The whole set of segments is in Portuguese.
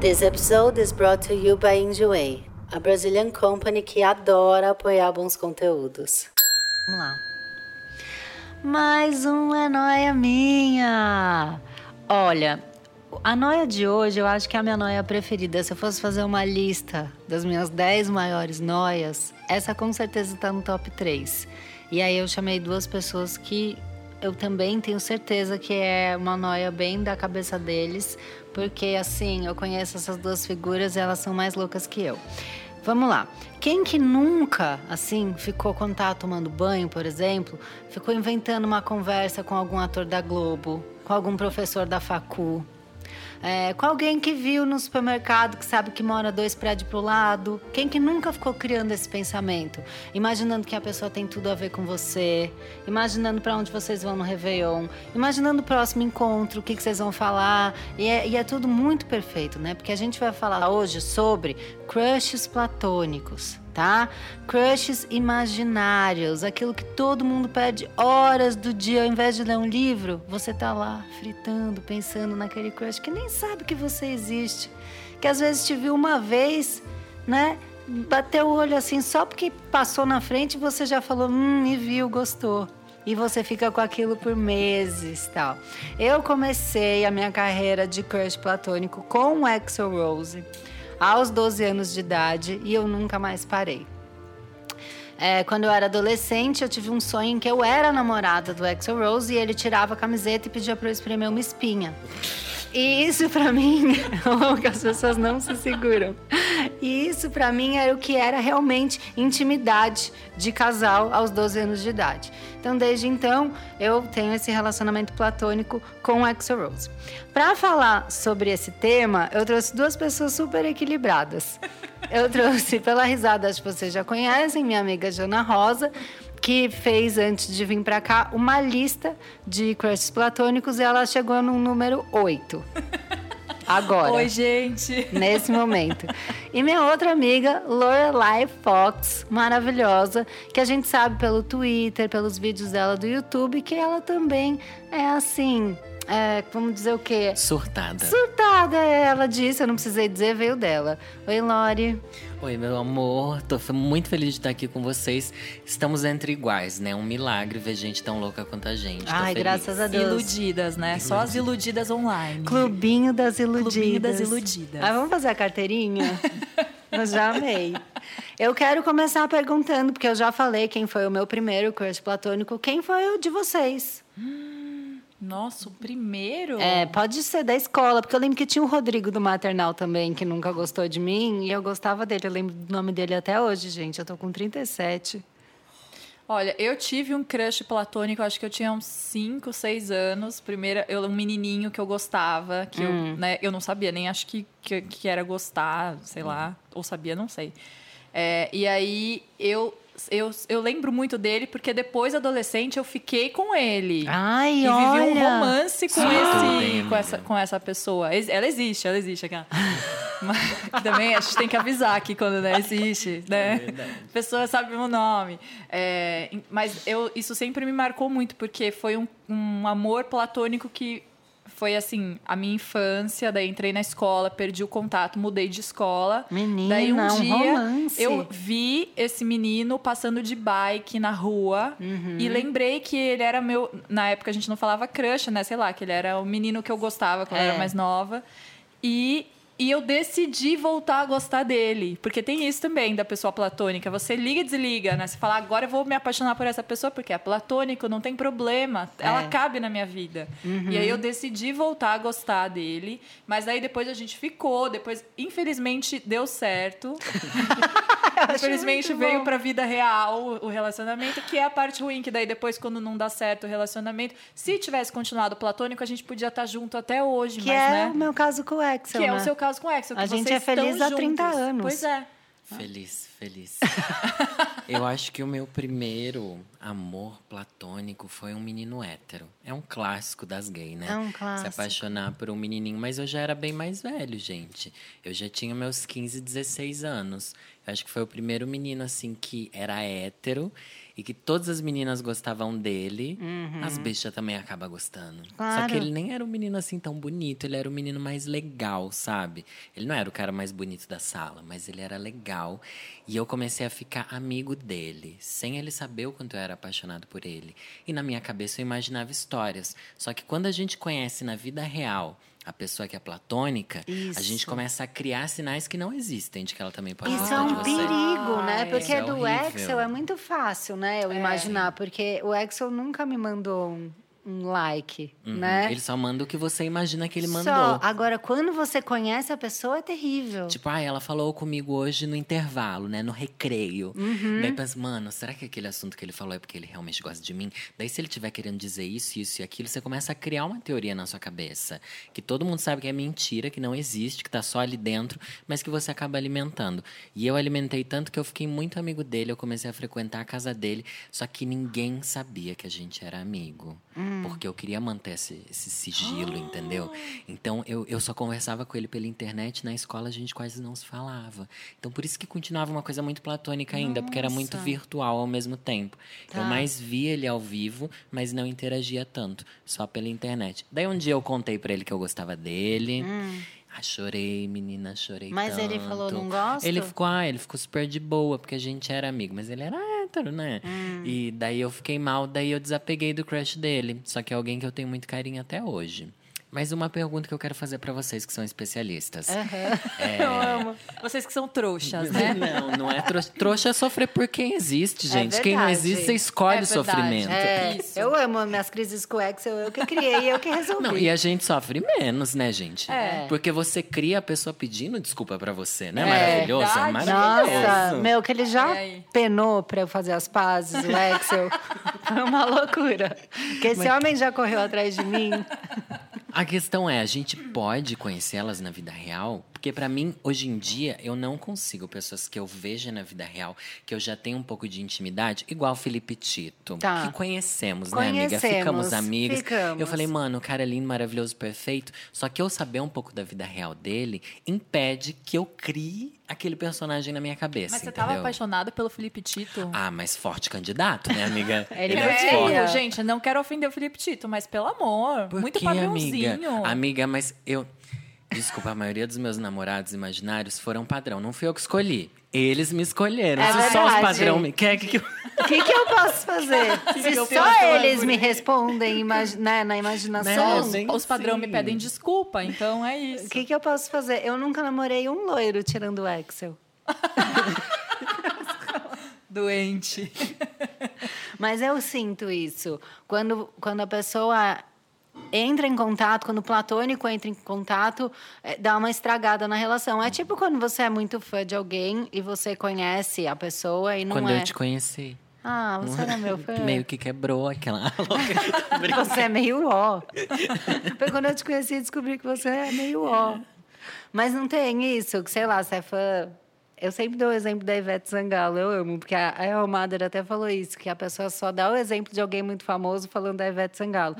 This episode is brought to you by Enjoy, a Brazilian company que adora apoiar bons conteúdos. Vamos lá. Mais um é noia minha. Olha, a noia de hoje eu acho que é a minha noia preferida. Se eu fosse fazer uma lista das minhas 10 maiores noias, essa com certeza tá no top 3. E aí eu chamei duas pessoas que eu também tenho certeza que é uma noia bem da cabeça deles, porque assim, eu conheço essas duas figuras e elas são mais loucas que eu. Vamos lá. Quem que nunca, assim, ficou quando tava tomando banho, por exemplo, ficou inventando uma conversa com algum ator da Globo, com algum professor da facu, é, com alguém que viu no supermercado que sabe que mora dois prédios pro lado? Quem que nunca ficou criando esse pensamento? Imaginando que a pessoa tem tudo a ver com você, imaginando pra onde vocês vão no Réveillon, imaginando o próximo encontro, o que, que vocês vão falar. E é, e é tudo muito perfeito, né? Porque a gente vai falar hoje sobre crushes platônicos tá? Crushes imaginários, aquilo que todo mundo perde horas do dia, ao invés de ler um livro, você tá lá fritando, pensando naquele crush que nem sabe que você existe, que às vezes te viu uma vez, né? Bateu o olho assim só porque passou na frente e você já falou, hum, me viu, gostou e você fica com aquilo por meses tal. Eu comecei a minha carreira de crush platônico com o Axel Rose aos 12 anos de idade e eu nunca mais parei. É, quando eu era adolescente, eu tive um sonho em que eu era namorada do Axel Rose e ele tirava a camiseta e pedia para eu espremer uma espinha. E isso pra mim, é algo que as pessoas não se seguram. E isso pra mim era o que era realmente intimidade de casal aos 12 anos de idade. Então, desde então, eu tenho esse relacionamento platônico com o Axel Rose. Pra falar sobre esse tema, eu trouxe duas pessoas super equilibradas. Eu trouxe, pela risada, acho que vocês já conhecem, minha amiga Jana Rosa, que fez antes de vir pra cá uma lista de crushes platônicos e ela chegou no número 8. Agora. Oi, gente. nesse momento. E minha outra amiga, Lorelai Fox, maravilhosa, que a gente sabe pelo Twitter, pelos vídeos dela do YouTube, que ela também é assim, é, vamos dizer o quê? Surtada. Surtada, ela disse, eu não precisei dizer, veio dela. Oi, Lore. Oi, meu amor. Tô f- muito feliz de estar aqui com vocês. Estamos entre iguais, né? Um milagre ver gente tão louca quanto a gente. Tô Ai, feliz. graças a Deus. Iludidas, né? Só as iludidas online. Clubinho das Iludidas. Clubinho das Iludidas. Ah, vamos fazer a carteirinha? eu já amei. Eu quero começar perguntando, porque eu já falei quem foi o meu primeiro crush platônico. Quem foi o de É. vocês? Nossa, o primeiro. É, pode ser da escola, porque eu lembro que tinha o Rodrigo do maternal também, que nunca gostou de mim. E eu gostava dele. Eu lembro do nome dele até hoje, gente. Eu tô com 37. Olha, eu tive um crush platônico, acho que eu tinha uns 5, 6 anos. Primeiro, eu, um menininho que eu gostava, que Hum. eu, né, eu não sabia, nem acho que, que, que era gostar, sei lá. Ou sabia, não sei. É, e aí, eu, eu, eu lembro muito dele, porque depois, adolescente, eu fiquei com ele. Ai, e olha. vivi um romance com, Tudo esse, bem, com, essa, amiga. com essa pessoa. Ex- Ela existe, ela existe. Aquela. Mas, também a gente tem que avisar que quando não existe, né? a pessoa sabe o nome. É, mas eu, isso sempre me marcou muito, porque foi um, um amor platônico que foi assim, a minha infância, daí entrei na escola, perdi o contato, mudei de escola. Menina, daí um um dia romance. eu vi esse menino passando de bike na rua Uhum. e lembrei que ele era meu. Na época a gente não falava crush, né? Sei lá, que ele era o menino que eu gostava quando eu É. era mais nova. E, e eu decidi voltar a gostar dele. Porque tem isso também da pessoa platônica. Você liga e desliga, né? Você fala, agora eu vou me apaixonar por essa pessoa porque é platônico, não tem problema. Ela É. Uhum. cabe na minha vida. E aí eu decidi voltar a gostar dele. Mas aí depois a gente ficou, depois, infelizmente, deu certo. acho Infelizmente muito veio bom. pra vida real o relacionamento, que é a parte ruim, que daí depois, quando não dá certo o relacionamento, se tivesse continuado platônico, a gente podia estar junto até hoje, Que mas é né? o meu caso com o Axel, Que é o né? seu caso com o Axel. A que gente vocês é feliz estão há 30 juntos. anos. Pois é. Tá. Feliz, feliz. Eu acho que o meu primeiro amor platônico foi um menino hétero. É um clássico das gays, né? É um clássico. Se apaixonar por um menininho. Mas eu já era bem mais velho, gente. Eu já tinha meus 15, 16 anos. Eu acho que foi o primeiro menino, assim, que era hétero. E que todas as meninas gostavam dele. As bichas também acabam gostando. Só Uhum. Claro. que ele nem era um menino assim tão bonito, ele era um menino mais legal, sabe? Ele não era o cara mais bonito da sala, mas ele era legal. E eu comecei a ficar amigo dele, sem ele saber o quanto eu era apaixonado por ele. E na minha cabeça eu imaginava histórias. Só que quando a gente conhece na vida real a pessoa que é platônica, a gente Isso. começa a criar sinais que não existem de que ela também pode Isso gostar é de um você. perigo, né? Ai. Porque Ah, Isso é do horrível. É. Axel é muito fácil, né? Eu imaginar, porque o Axel nunca me mandou um, um like, Uhum. né? Ele só manda o que você imagina que ele mandou. Só. Agora, quando você conhece a pessoa, é terrível. Tipo, ah, ela falou comigo hoje no intervalo, né? No recreio. Daí pensa, mano, será que aquele assunto que ele falou é porque ele realmente gosta de mim? Daí, se ele tiver querendo dizer isso, isso e aquilo, você começa a criar uma teoria na sua cabeça. Que todo mundo sabe que é mentira, que não existe, que tá só ali dentro, mas que você acaba alimentando. E eu alimentei tanto que eu fiquei muito amigo dele, eu comecei a frequentar a casa dele, só que ninguém sabia que a gente era amigo. Hum. Porque eu queria manter esse, esse sigilo, entendeu? Ah. Então eu, eu só conversava com ele pela internet, na escola a gente quase não se falava. Então por isso que continuava uma coisa muito platônica ainda, porque era muito virtual ao mesmo tempo. Eu Tá. mais via ele ao vivo, mas não interagia tanto, só pela internet. Daí um dia eu contei pra ele que eu gostava dele. Ah, chorei, menina, chorei Hum. Mas ele tanto. falou, "Não gosto"? Ele ficou, ah, ele ficou super de boa, porque a gente era amigo, mas ele era hétero, né? Hum. E daí eu fiquei mal, daí eu desapeguei do crush dele. Só que é alguém que eu tenho muito carinho até hoje. Mas uma pergunta que eu quero fazer pra vocês que são especialistas. É. Eu amo. Vocês que são trouxas, né? Não, não é trouxa. Trouxa é sofrer por quem existe, gente. É quem não verdade. existe, você escolhe É o verdade. sofrimento. É, Isso. eu amo as minhas crises com o Axel, eu que criei, eu que resolvi. Não, e é a gente sofre menos, né, gente? É. Porque você cria a pessoa pedindo desculpa pra você, né? É maravilhoso, é verdade. maravilhoso. Nossa, meu, que ele já É aí. penou pra eu fazer as pazes, o Axel. Foi uma loucura. Porque esse homem já correu atrás de mim. A questão é, a gente pode conhecê-las na vida real? Porque pra mim, hoje em dia, eu não consigo pessoas que eu veja na vida real, que eu já tenho um pouco de intimidade, igual Felipe Tito, Tá. que conhecemos, né, amiga? Conhecemos, Ficamos amigos. ficamos. Eu falei, mano, o cara é lindo, maravilhoso, perfeito. Só que eu saber um pouco da vida real dele impede que eu crie aquele personagem na minha cabeça, Mas você entendeu? tava apaixonada pelo Felipe Tito? Ah, mas forte candidato, né, amiga? Ele Ele não é tinha. hétero, gente. Não quero ofender o Felipe Tito, mas pelo amor. Por muito que, padrãozinho. Amiga? amiga, mas eu. Desculpa, a maioria dos meus namorados imaginários foram padrão. Não fui eu que escolhi. Eles me escolheram. É Se só os verdade. padrão me quer que. que- O que, que eu posso fazer? Se que eu posso só fazer eles por me respondem imagi- né, na Né, imaginação, Os, bem os padrão me assim. pedem desculpa, então é isso. o que, que eu posso fazer? Eu nunca namorei um loiro tirando o Axel. Doente. Mas eu sinto isso. Quando, quando a pessoa entra em contato, quando o platônico entra em contato, eh, dá uma estragada na relação. É tipo quando você é muito fã de alguém e você conhece a pessoa e não Quando é. eu te conheci. Ah, você era meu fã. Meio que quebrou aquela. Você é meio ó. Foi quando eu te conheci e descobri que você é meio ó. Mas não tem isso, que sei lá, você é fã. Eu sempre dou o exemplo da Ivete Sangalo, eu amo, porque a a El Mader até falou isso, que a pessoa só dá o exemplo de alguém muito famoso falando da Ivete Sangalo.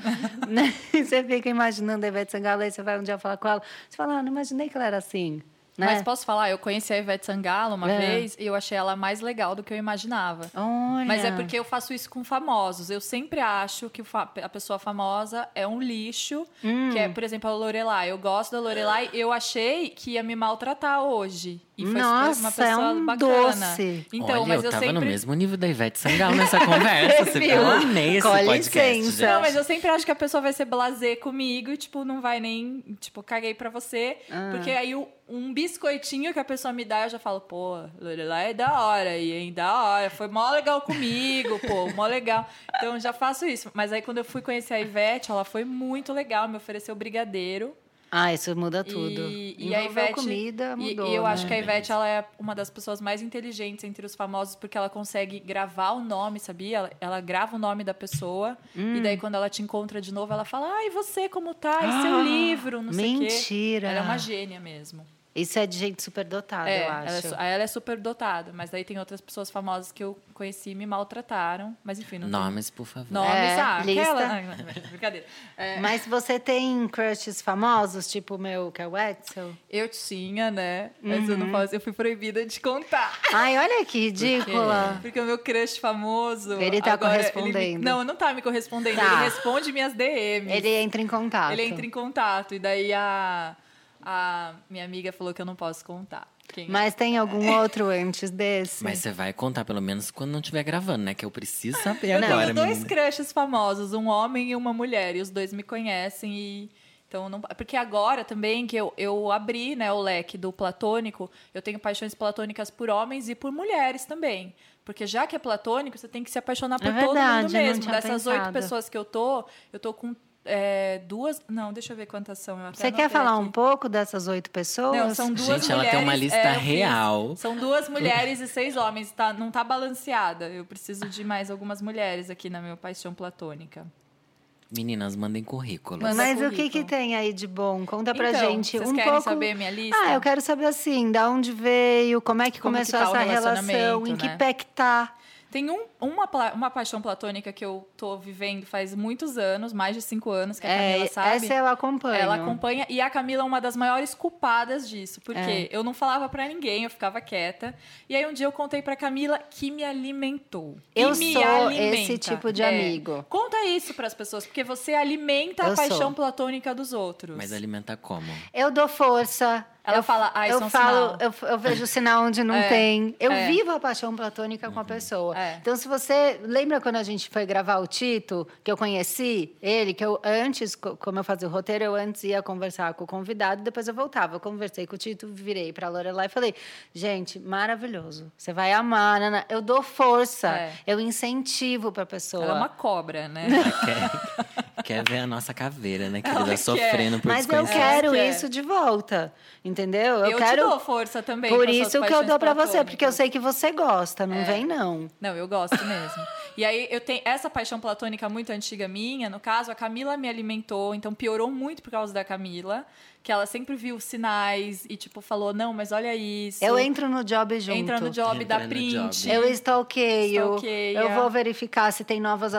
Né? E você fica imaginando a Ivete Sangalo, aí você vai um dia falar com ela, você fala, ah, não imaginei que ela era assim. Né? Mas posso falar, eu conheci a Ivete Sangalo uma É. vez e eu achei ela mais legal do que eu imaginava. Olha. Mas é porque eu faço isso com famosos. Eu sempre acho que o fa- a pessoa famosa é um lixo. Que Hum. é, por exemplo, a Lorelai. Eu gosto da Lorelai. Eu achei que ia me maltratar hoje. E foi super uma Nossa, é pessoa um bacana. doce. Então, Olha, mas eu, eu tava sempre. no mesmo nível da Ivete Sangalo nessa conversa. Você viu? Eu amei esse Com podcast. licença. gente. Não, mas eu sempre acho que a pessoa vai ser blasé comigo e, tipo, não vai nem. Tipo, caguei pra você. Porque aí o- um biscoitinho que a pessoa me dá, eu já falo, pô, Lorelai é da hora aí, hein? Da hora. Foi mó legal comigo, pô, mó legal. Então eu já faço isso. Mas aí quando eu fui conhecer a Ivete, ela foi muito legal, me ofereceu brigadeiro. Ah, isso muda tudo. E, e Envolveu a Ivete, comida e- mudou. E, eu acho né? que a Ivete ela é uma das pessoas mais inteligentes entre os famosos porque ela consegue gravar o nome, sabia? Ela, ela grava o nome da pessoa e Hum. daí quando ela te encontra de novo ela fala: "Ai, você como tá? E seu Ah, livro, não sei o quê". mentira. Ela é uma gênia mesmo. Isso é de gente superdotada, eu é, ela é, acho. su- ela é super dotada, mas daí tem outras pessoas famosas que eu conheci e me maltrataram, mas enfim, não tem Nomes, por favor. nomes, É, ah, lista. aquela, Ai, não, brincadeira. É, Mas você tem crushes famosos, tipo o meu, que é o Edsel? eu tinha, né? Mas Uhum. eu não posso, eu fui proibida de contar. Ai, olha que ridícula. Porque o meu crush famoso. Ele tá agora, ele me- correspondendo. não, não tá me correspondendo. Tá. Ele responde minhas DMs. Ele é entra em contato. Ele entra em contato. E daí a, a minha amiga falou que eu não posso contar. Quem é. Mas tem algum outro antes desse? Mas você vai contar, pelo menos, quando não estiver gravando, né? Que eu preciso saber É Eu agora, tenho dois menina. crushes famosos, um homem e uma mulher. E os dois me conhecem e. Então, não, porque agora também que eu, eu abri né, o leque do platônico, eu tenho paixões platônicas por homens e por mulheres também. Porque já que é platônico, você tem que se apaixonar por É todo verdade, mundo eu não mesmo. tinha Dessas pensado. oito pessoas que eu tô, eu tô com é, duas. Não, deixa eu ver quantas são. Eu até Você quer anotei falar aqui. um pouco dessas oito pessoas? Não, são duas Gente, ela mulheres, tem uma lista é, eu fiz- real. São duas mulheres e seis homens. Tá, não tá balanceada. Eu preciso de mais algumas mulheres aqui na minha paixão platônica. Meninas, mandem currículos. Manda Mas o que, currículo. que tem aí de bom? Conta pra Então, gente vocês um querem pouco. saber minha lista? Ah, eu quero saber assim, da onde veio, como é que Como que começou tá o essa relação, relacionamento, em que né? pé que tá. Tem um- uma, pla- uma paixão platônica que eu tô vivendo faz muitos anos, mais de cinco anos, que a É, Camila sabe. essa eu acompanho. Ela acompanha e a Camila é uma das maiores culpadas disso, porque É. eu não falava pra ninguém, eu ficava quieta. E aí um dia eu contei pra Camila que me alimentou. E Eu me sou alimenta. esse tipo de É. amigo. Conta isso pras pessoas, porque você alimenta Eu a paixão sou. platônica dos outros. Mas alimenta como? Eu dou força. Ela eu, fala, ah, isso eu é um falo, sinal. eu, eu vejo sinal onde não tem. Eu é. vivo a paixão platônica com a pessoa. É. Então, se você lembra quando a gente foi gravar o Tito, que eu conheci ele, que eu antes, co- como eu fazia o roteiro, eu antes ia conversar com o convidado, depois eu voltava. Eu conversei com o Tito, virei pra Lorelai e falei: gente, maravilhoso. Você vai amar, Nana. Eu dou força, É. eu incentivo pra pessoa. Ela é uma cobra, né? Quer, quer ver a nossa caveira, né, querida? quer. Sofrendo por Mas eu desconhecido. quero É. isso de volta, entendeu? Eu, Eu, quero. te dou força também. Por com as suas isso que eu dou paixões pra você, platônicas. É. porque eu sei que você gosta, não vem não. Não, eu gosto mesmo. e aí eu tenho essa paixão platônica muito antiga minha, no caso, a Camila me alimentou, então piorou muito por causa da Camila, que ela sempre viu sinais e tipo falou: "Não, mas olha isso". Eu entro no job junto. entra no job Entra dá no print. job. Eu stalkeio, Stalkeia. eu vou verificar se tem novas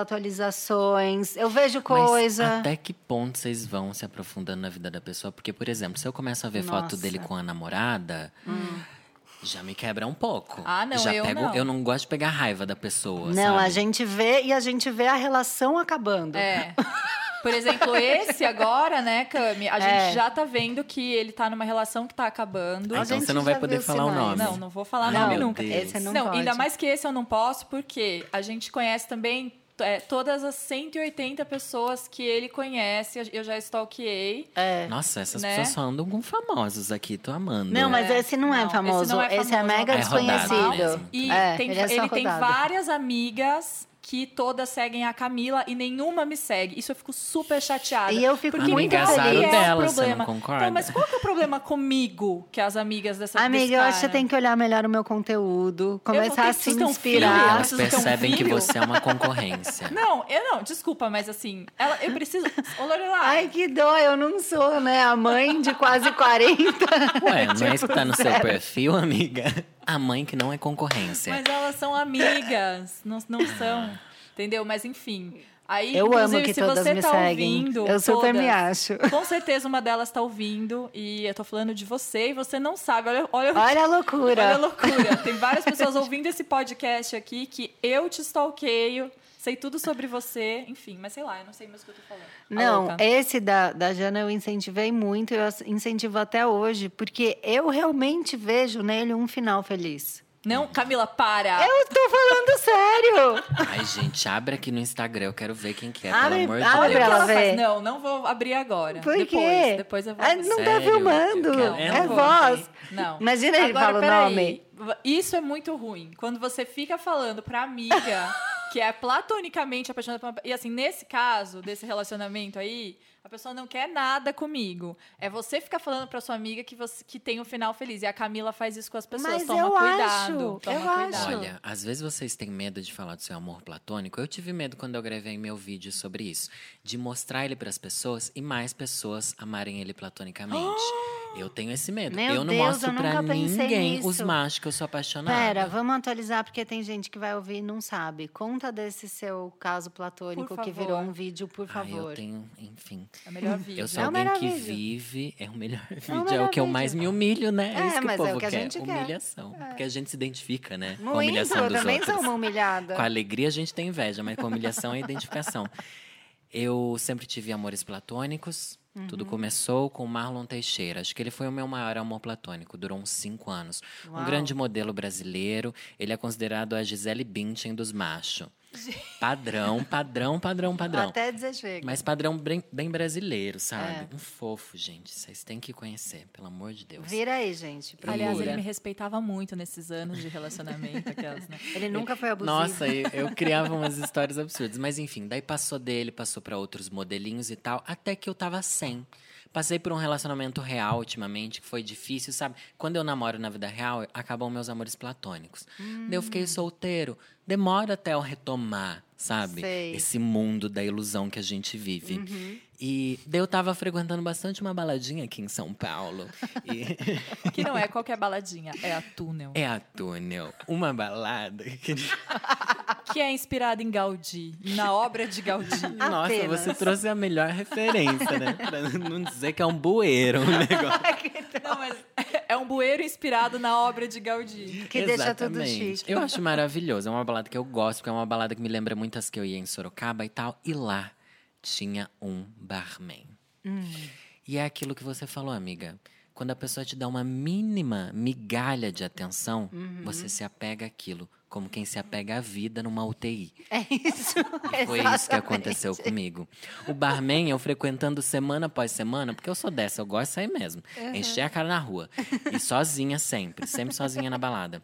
atualizações, eu vejo Mas coisa. até que ponto vocês vão se aprofundando na vida da pessoa? Porque, por exemplo, se eu começo a ver Nossa. foto dele com a namorada, já me quebra um pouco. Hum. Ah, não, já eu pego, não. Eu não gosto de pegar raiva da pessoa. Não, sabe? a gente vê e a gente vê a relação acabando. É. Por exemplo, esse agora, né, Cami, a gente É. já tá vendo que ele tá numa relação que tá acabando. Ah, A então gente você não já vai poder viu falar o sinais. nome. Não, não vou falar Ai, nome meu nunca. Deus. Esse não pode. ainda mais que esse eu não posso, porque a gente conhece também é, todas as 180 pessoas que ele conhece, eu já stalkeei. É. Nossa, essas Né? pessoas só andam com famosos aqui, tô amando. Não, mas É. esse não é Não, esse famoso. Esse, não é é famoso. mega É rodado desconhecido. mesmo. E É, tem- ele ele, é só tem rodado. várias amigas que todas seguem a Camila e nenhuma me segue. Isso eu fico super chateada. E eu fico porque muito qual que feliz. é o Dela, você não problema? concorda? Então, mas qual que é o problema comigo que as amigas dessa desse Amiga, eu acho que você cara? tem que olhar melhor o meu conteúdo, vou começar ter a que se sustentar um filho, E inspirar. elas Preciso ter um percebem que filho? você é uma concorrência. Não, eu não, desculpa, mas assim, ela, eu preciso. Ô, Lorelai, Ai, que dó, eu não sou, né? A mãe de quase 40. Ué, não é Tipo isso que tá no seu zero. perfil, amiga? A mãe que não é concorrência. Mas elas são amigas, não, não são. Entendeu? Mas enfim. Aí, Eu amo inclusive, que se todas você me tá seguem. ouvindo. Eu super me todas, acho. Com certeza uma delas tá ouvindo. E eu tô falando de você e você não sabe. Olha, olha, Olha a olha a loucura. loucura. Tem várias pessoas ouvindo esse podcast aqui que eu te stalkeio, sei tudo sobre você. Enfim, mas sei lá, eu não sei mais o que eu tô falando. A Não, louca. esse da, da Jana eu incentivei muito, eu as- incentivo até hoje, porque eu realmente vejo nele um final feliz. Não, Camila, para! é- Eu tô falando sério! Ai, gente, abre aqui no Instagram, eu quero ver quem que é, Abre- pelo amor de abre Olha o que Deus. ela ela ver. faz. Não, não vou abrir agora. Por depois, quê? depois eu vou É, abrir. não tá Sério? filmando, Eu quero- é eu vou, voz. hein? Não. Imagina ele Agora, fala o peraí. nome. Isso é muito ruim. Quando você fica falando pra amiga que é platonicamente apaixonada por uma... E assim, nesse caso, desse relacionamento aí, a pessoa não quer nada comigo. É você ficar falando pra sua amiga que, você, que tem um final feliz. E a Camila faz isso com as pessoas. Mas toma eu cuidado. acho, toma eu cuidado. acho. Olha, às vezes vocês têm medo de falar do seu amor platônico. Eu tive medo quando eu gravei meu vídeo sobre isso, de mostrar ele pras pessoas e mais pessoas amarem ele platonicamente. Eu tenho esse medo. Meu eu não Deus, mostro eu pra nunca pensei ninguém nisso. os machos que eu sou apaixonada. Pera, vamos atualizar porque tem gente que vai ouvir e não sabe. Conta desse seu caso platônico Por que favor. virou um vídeo, por Ai, favor. eu tenho, enfim. É o melhor vídeo. Eu sou É o alguém melhor que vídeo. vive, é o melhor vídeo, é, melhor o que eu vídeo. mais me humilho, né? É, É, isso que mas é o o povo que a quer, gente quer. É. humilhação. Porque a gente se identifica, né? com a Muito, humilhação eu dos também outros. sou uma humilhada. Com a alegria a gente tem inveja, mas com a humilhação é identificação. Eu sempre tive amores platônicos. Tudo Uhum. começou com o Marlon Teixeira. Acho que ele foi o meu maior amor platônico. Durou uns cinco anos. Uau. Um grande modelo brasileiro. Ele é considerado a Gisele Bündchen dos machos. Padrão, padrão, padrão, padrão. Até dizer chega. Mas padrão bem, bem brasileiro, sabe? Um fofo, gente. Vocês têm que conhecer, pelo amor de Deus. Vira aí, gente. procura. Aliás, Procura. ele me respeitava muito nesses anos de relacionamento, aquelas, né? Ele nunca foi abusivo. Nossa, eu, eu criava umas histórias absurdas. Mas enfim, daí passou dele, passou pra outros modelinhos e tal, até que eu tava sem. Passei por um relacionamento real ultimamente, que foi difícil, sabe? Quando eu namoro na vida real, acabam meus amores platônicos. Daí eu fiquei solteiro. Demora até eu retomar, sabe? Sei. Esse mundo da ilusão que a gente vive. E daí eu tava frequentando bastante uma baladinha aqui em São Paulo. E- Que não é qualquer baladinha, é a túnel. é a túnel, uma balada que. Que é inspirada em Gaudí, na obra de Gaudí. Nossa, Apenas. você trouxe a melhor referência, né? Pra não dizer que é um bueiro o negócio. Não, mas é um bueiro inspirado na obra de Gaudí. Que deixa tudo Exatamente. chique. Eu acho maravilhoso. É uma balada que eu gosto, porque é uma balada que me lembra muitas que eu ia em Sorocaba e tal. E lá tinha um barman. Hum. E é aquilo que você falou, amiga. Quando a pessoa te dá uma mínima migalha de atenção, Uhum. você se apega àquilo. Como quem se apega à vida numa UTI. É isso. Foi isso que aconteceu comigo. O barman, eu frequentando semana após semana, porque eu sou dessa, eu gosto de sair mesmo. Encher a cara na rua. E sozinha sempre, sempre sozinha na balada.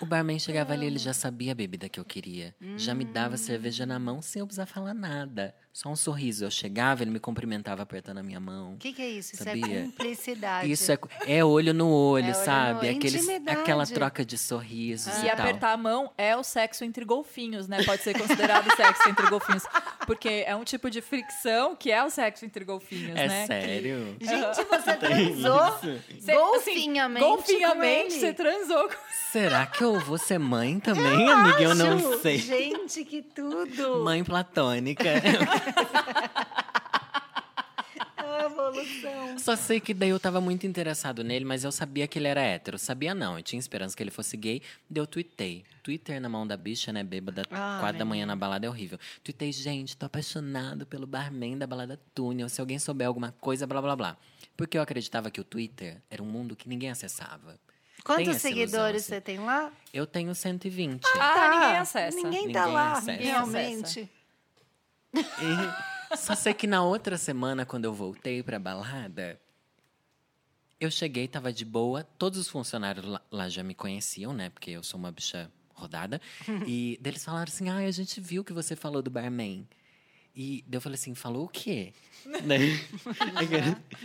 O barman chegava ali, ele já sabia a bebida que eu queria. Já me dava cerveja na mão sem eu precisar falar nada. Só um sorriso. Eu chegava, ele me cumprimentava apertando a minha mão. O que, que é isso? Isso Sabia? é cumplicidade. Isso é, é olho no olho, É olho no sabe? olho. Aqueles- Intimidade. aquela troca de sorrisos Se e, tal. Ah. apertar a mão é o sexo entre golfinhos, né? Pode ser considerado sexo entre golfinhos. Porque é um tipo de fricção que é o sexo entre golfinhos, É né? Que- sério? Gente, você transou Cê- golfinhamente. assim, com golfinhamente, ele. você transou com Será que eu vou ser mãe também, amiga? Eu não Ju, sei. Gente, que tudo. Mãe platônica. É evolução. Só sei que daí eu tava muito interessado nele, mas eu sabia que ele era hétero. Sabia não, eu tinha esperança que ele fosse gay. Daí eu tuitei. Twitter na mão da bicha, né? Bêbada, Ah, quatro da menina. manhã na balada é horrível. Tuitei, gente, tô apaixonado pelo barman da balada Túnel. Se alguém souber alguma coisa, blá blá blá. Porque eu acreditava que o Twitter era um mundo que ninguém acessava. Tem Quantos essa ilusão, seguidores assim. você tem lá? Eu tenho 120. Ah, Tá. ninguém acessa. Ninguém tá Ninguém lá, acessa. ninguém Ninguém acessa. realmente. E só sei que na outra semana, quando eu voltei pra balada, eu cheguei, tava de boa. Todos os funcionários lá, lá já me conheciam, né? Porque eu sou uma bicha rodada. e daí eles falaram assim: ai, a gente viu que você falou do barman. E daí eu falei assim: falou o quê? Daí-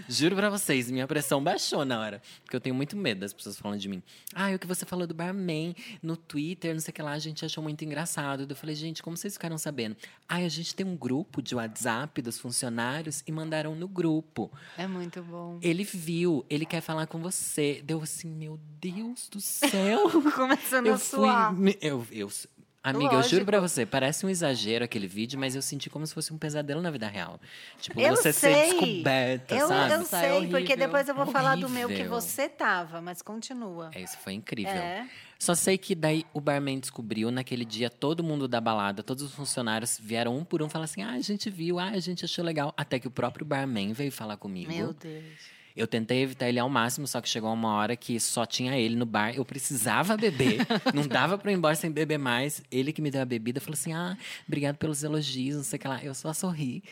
Juro pra vocês, minha pressão baixou na hora. Porque eu tenho muito medo das pessoas falando de mim. Ah, o que você falou do barman no Twitter, não sei o que lá, a gente achou muito engraçado. Daí Eu falei, gente, como vocês ficaram sabendo? Ai, a gente tem um grupo de WhatsApp dos funcionários e mandaram no grupo. É muito bom. Ele viu, ele quer falar com você. Deu assim, meu Deus do céu. Começando a Eu fui. suar. me- Eu, eu- amiga, eu Lógico. juro pra você, parece um exagero aquele vídeo, mas eu senti como se fosse um pesadelo na vida real. Tipo, Eu você sei. ser descoberta, Eu, sabe? eu Isso é sei, horrível. porque depois eu vou falar do meu que Horrível. você tava, mas continua. É, isso foi incrível. É. Só sei que daí o barman descobriu, naquele dia, todo mundo da balada, todos os funcionários vieram um por um falar assim: ah, a gente viu, ah, a gente achou legal. Até que o próprio barman veio falar comigo. Meu Deus. Eu tentei evitar ele ao máximo, só que chegou uma hora que só tinha ele no bar. Eu precisava beber. não dava pra eu ir embora sem beber mais. Ele que me deu a bebida falou assim: ah, obrigado pelos elogios, não sei o que lá. Eu só sorri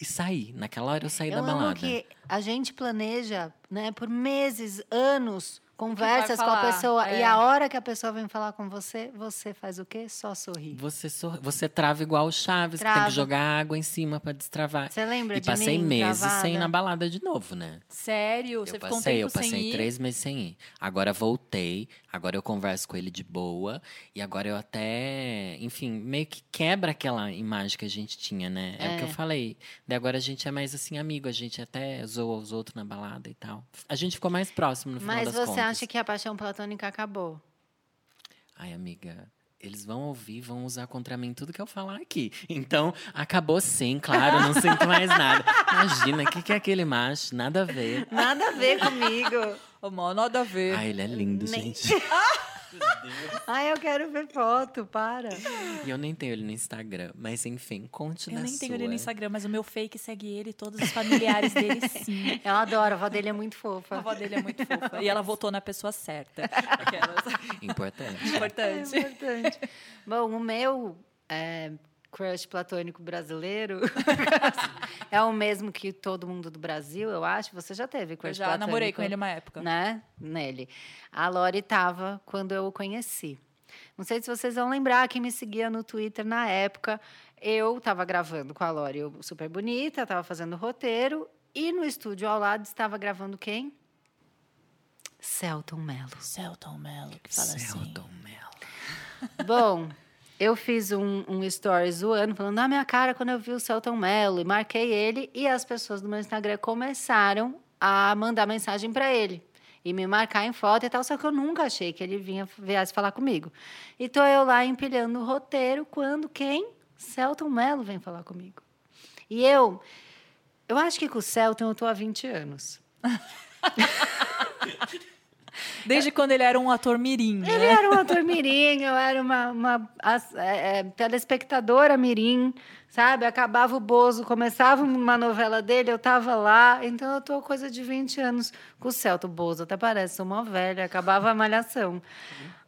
e saí. Naquela hora eu saí Eu da amo balada. que a gente planeja, né, por meses, anos, Conversas com a falar, pessoa. E é. a hora que a pessoa vem falar com você, você faz o quê? Só sorrir. Você, sorri- você trava igual o Chaves, que tem Trava. que jogar água em cima pra destravar. Você lembra e de passei mim, meses sem travada? ir na balada de novo, né? Sério? Eu você ficou um passei, tempo eu passei sem ir? três meses sem ir. Agora voltei, agora eu converso com ele de boa. E agora eu até, enfim, meio que quebra aquela imagem que a gente tinha, né? É, o que eu falei. Daí agora a gente é mais assim, amigo, a gente até zoa os outros na balada e tal. A gente ficou mais próximo no final Mas das você contas. acha que a paixão platônica acabou? Ai, amiga, eles vão ouvir, vão usar contra mim tudo que eu falar aqui. Então, acabou sim, claro, eu não sinto mais nada. Imagina, o que, que é aquele macho? Nada a ver. Nada a ver comigo. Ô, mó, nada a ver. Ai, ele é lindo, gente. Ai, eu quero ver foto, para. E eu nem tenho ele no Instagram, mas enfim, conte eu da nem sua. tenho ele no Instagram, mas o meu fake segue ele e todos os familiares dele, sim. Eu adoro, a avó dele é muito A fofa. avó dele é muito fofa. E ela votou na pessoa certa. Aquelas. Importante. É Importante. importante. Bom, o meu é, crush platônico brasileiro é o mesmo que todo mundo do Brasil, eu acho. Você já teve Eu crush já platônico? namorei com então. ele uma época. Né? Nele. A Lori tava quando eu o conheci. Não sei se vocês vão lembrar, quem me seguia no Twitter na época, eu tava gravando com a Lori, eu super bonita, tava fazendo roteiro. E no estúdio ao lado estava gravando quem? Celton Mello. Celton Mello, que assim. assim. Seldon Mello. Bom, eu fiz um, um story zoando, falando na minha cara quando eu vi o Celton Mello. E marquei ele. E as pessoas do meu Instagram começaram a mandar mensagem pra ele. E me marcar em foto e tal. Só que eu nunca achei que ele vinha, viesse falar comigo. E tô eu lá empilhando o roteiro quando quem? Celton Mello vem falar comigo. E eu... Eu acho que com o Celton eu tô há 20 anos. Desde quando ele era um ator mirim, né? Ele era um ator mirim, eu era uma, uma as- é, é, telespectadora mirim, sabe? Acabava o Bozo, começava uma novela dele, eu tava lá. Então eu tô coisa de 20 anos com o Celto Bozo, até parece, sou uma velha, acabava a malhação.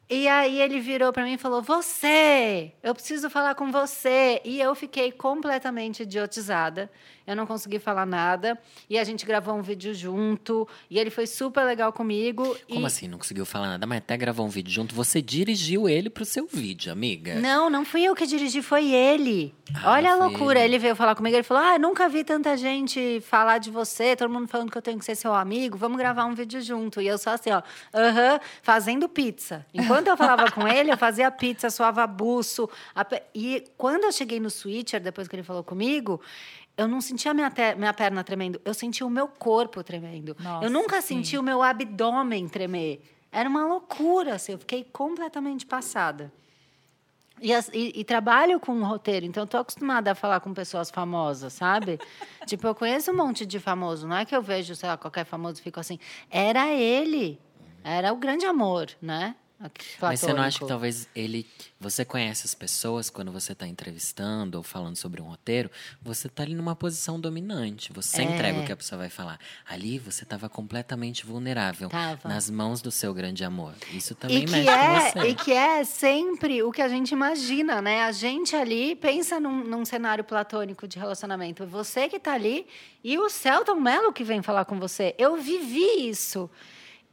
E aí ele virou pra mim e falou: "Você, eu preciso falar com você". E eu fiquei completamente idiotizada. Eu não consegui falar nada. E a gente gravou um vídeo junto, e ele foi super legal comigo Como e- assim? Não conseguiu falar nada, mas até gravou um vídeo junto. Você dirigiu ele pro seu vídeo, amiga. Não, não fui eu que dirigi, foi ele. Ah, Olha a foi loucura. ele. Ele veio falar comigo, ele falou: Ah, nunca vi tanta gente falar de você, todo mundo falando que eu tenho que ser seu amigo, vamos gravar um vídeo junto. E eu só assim, ó, aham, fazendo pizza. Enquanto eu falava com ele, eu fazia pizza, suava buço. a pe- E quando eu cheguei no switcher, depois que ele falou comigo. Eu não sentia minha, te- minha perna tremendo, eu sentia o meu corpo tremendo. Nossa, eu nunca sim. senti o meu abdômen tremer. Era uma loucura, assim, eu fiquei completamente passada. E, as- e- e trabalho com roteiro, então eu tô acostumada a falar com pessoas famosas, sabe? tipo, eu conheço um monte de famoso, não é que eu vejo, sei lá, qualquer famoso e fico assim. Era ele, era o grande amor, né? Mas você não acha Platônico. que talvez ele. Você conhece as pessoas quando você tá entrevistando ou falando sobre um roteiro, você tá ali numa posição dominante. É. Você entrega o que a pessoa vai falar. Ali você tava completamente vulnerável Tava. nas mãos do seu grande amor. Isso também E que, mexe com é, você. e que é sempre o que a gente imagina, né? A gente ali pensa num, num cenário platônico de relacionamento. Você que tá ali e o Celton Mello que vem falar com você. Eu vivi isso.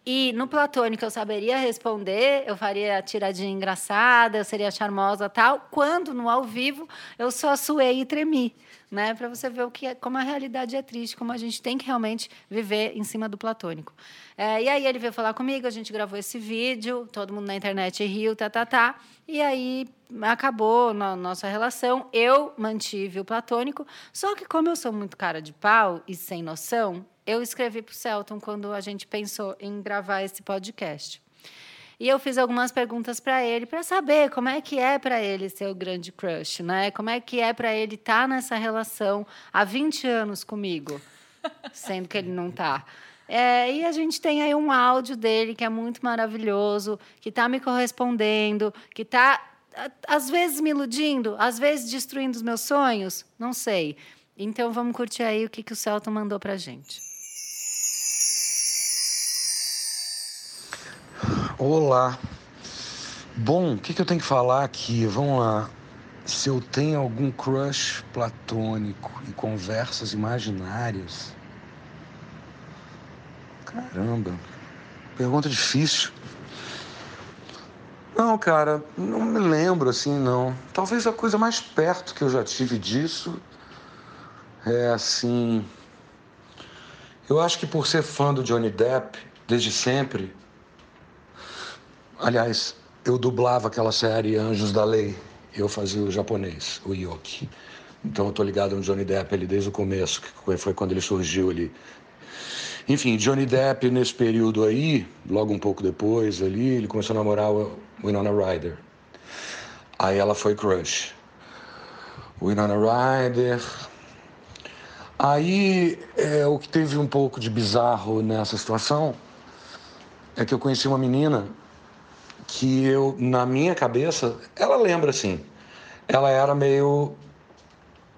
E no platônico eu saberia responder, eu faria tiradinha engraçada, eu seria charmosa tal. Quando no ao vivo eu só suei e tremi, né? Para você ver o que é, como a realidade é triste, como a gente tem que realmente viver em cima do platônico. É, e aí ele veio falar comigo, a gente gravou esse vídeo, todo mundo na internet riu, tá, tá, tá. E aí acabou na nossa relação. Eu mantive o platônico, só que como eu sou muito cara de pau e sem noção, eu escrevi pro Celton quando a gente pensou em gravar esse podcast. E eu fiz algumas perguntas para ele para saber como é que é para ele ser o grande crush, né? Como é que é para ele estar nessa relação há 20 anos comigo, sendo que ele não tá. É, e a gente tem aí um áudio dele que é muito maravilhoso, que tá me correspondendo, que tá a- às vezes me iludindo, às vezes destruindo os meus sonhos, não sei. Então vamos curtir aí o que, que o Celton mandou pra gente. Olá. Bom, o que, que eu tenho que falar aqui? Vamos lá. Se eu tenho algum crush platônico e conversas imaginárias. Caramba. Pergunta difícil. Não, cara, não me lembro assim, não. Talvez a coisa mais perto que eu já tive disso é assim. Eu acho que por ser fã do Johnny Depp desde sempre. Aliás, eu dublava aquela série Anjos da Lei. Eu fazia o japonês, o Yoki. Então eu tô ligado no Johnny Depp ali desde o começo, que foi quando ele surgiu ali. Enfim, Johnny Depp nesse período aí, logo um pouco depois ali, ele começou a namorar o Winona Ryder. Aí ela foi crush. Winona Ryder. Aí é, o que teve um pouco de bizarro nessa situação é que eu conheci uma menina que eu, na minha cabeça, ela lembra assim. Ela era meio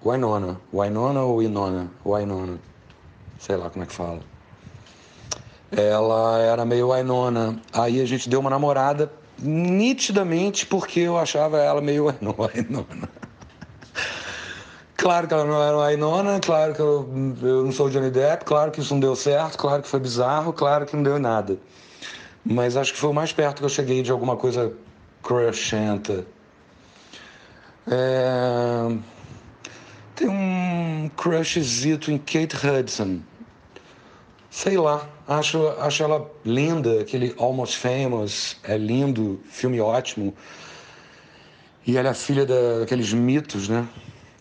Wainona. Wainona ou Inona? Wainona. Sei lá como é que fala. Ela era meio Wainona. Aí a gente deu uma namorada nitidamente porque eu achava ela meio Wainona. Claro que ela não era Wainona, claro que eu, eu não sou o Johnny Depp, claro que isso não deu certo, claro que foi bizarro, claro que não deu nada. Mas acho que foi o mais perto que eu cheguei de alguma coisa crushenta. É... Tem um crushzito em Kate Hudson. Sei lá, acho, acho ela linda, aquele Almost Famous, é lindo, filme ótimo. E ela é filha da- daqueles mitos, né?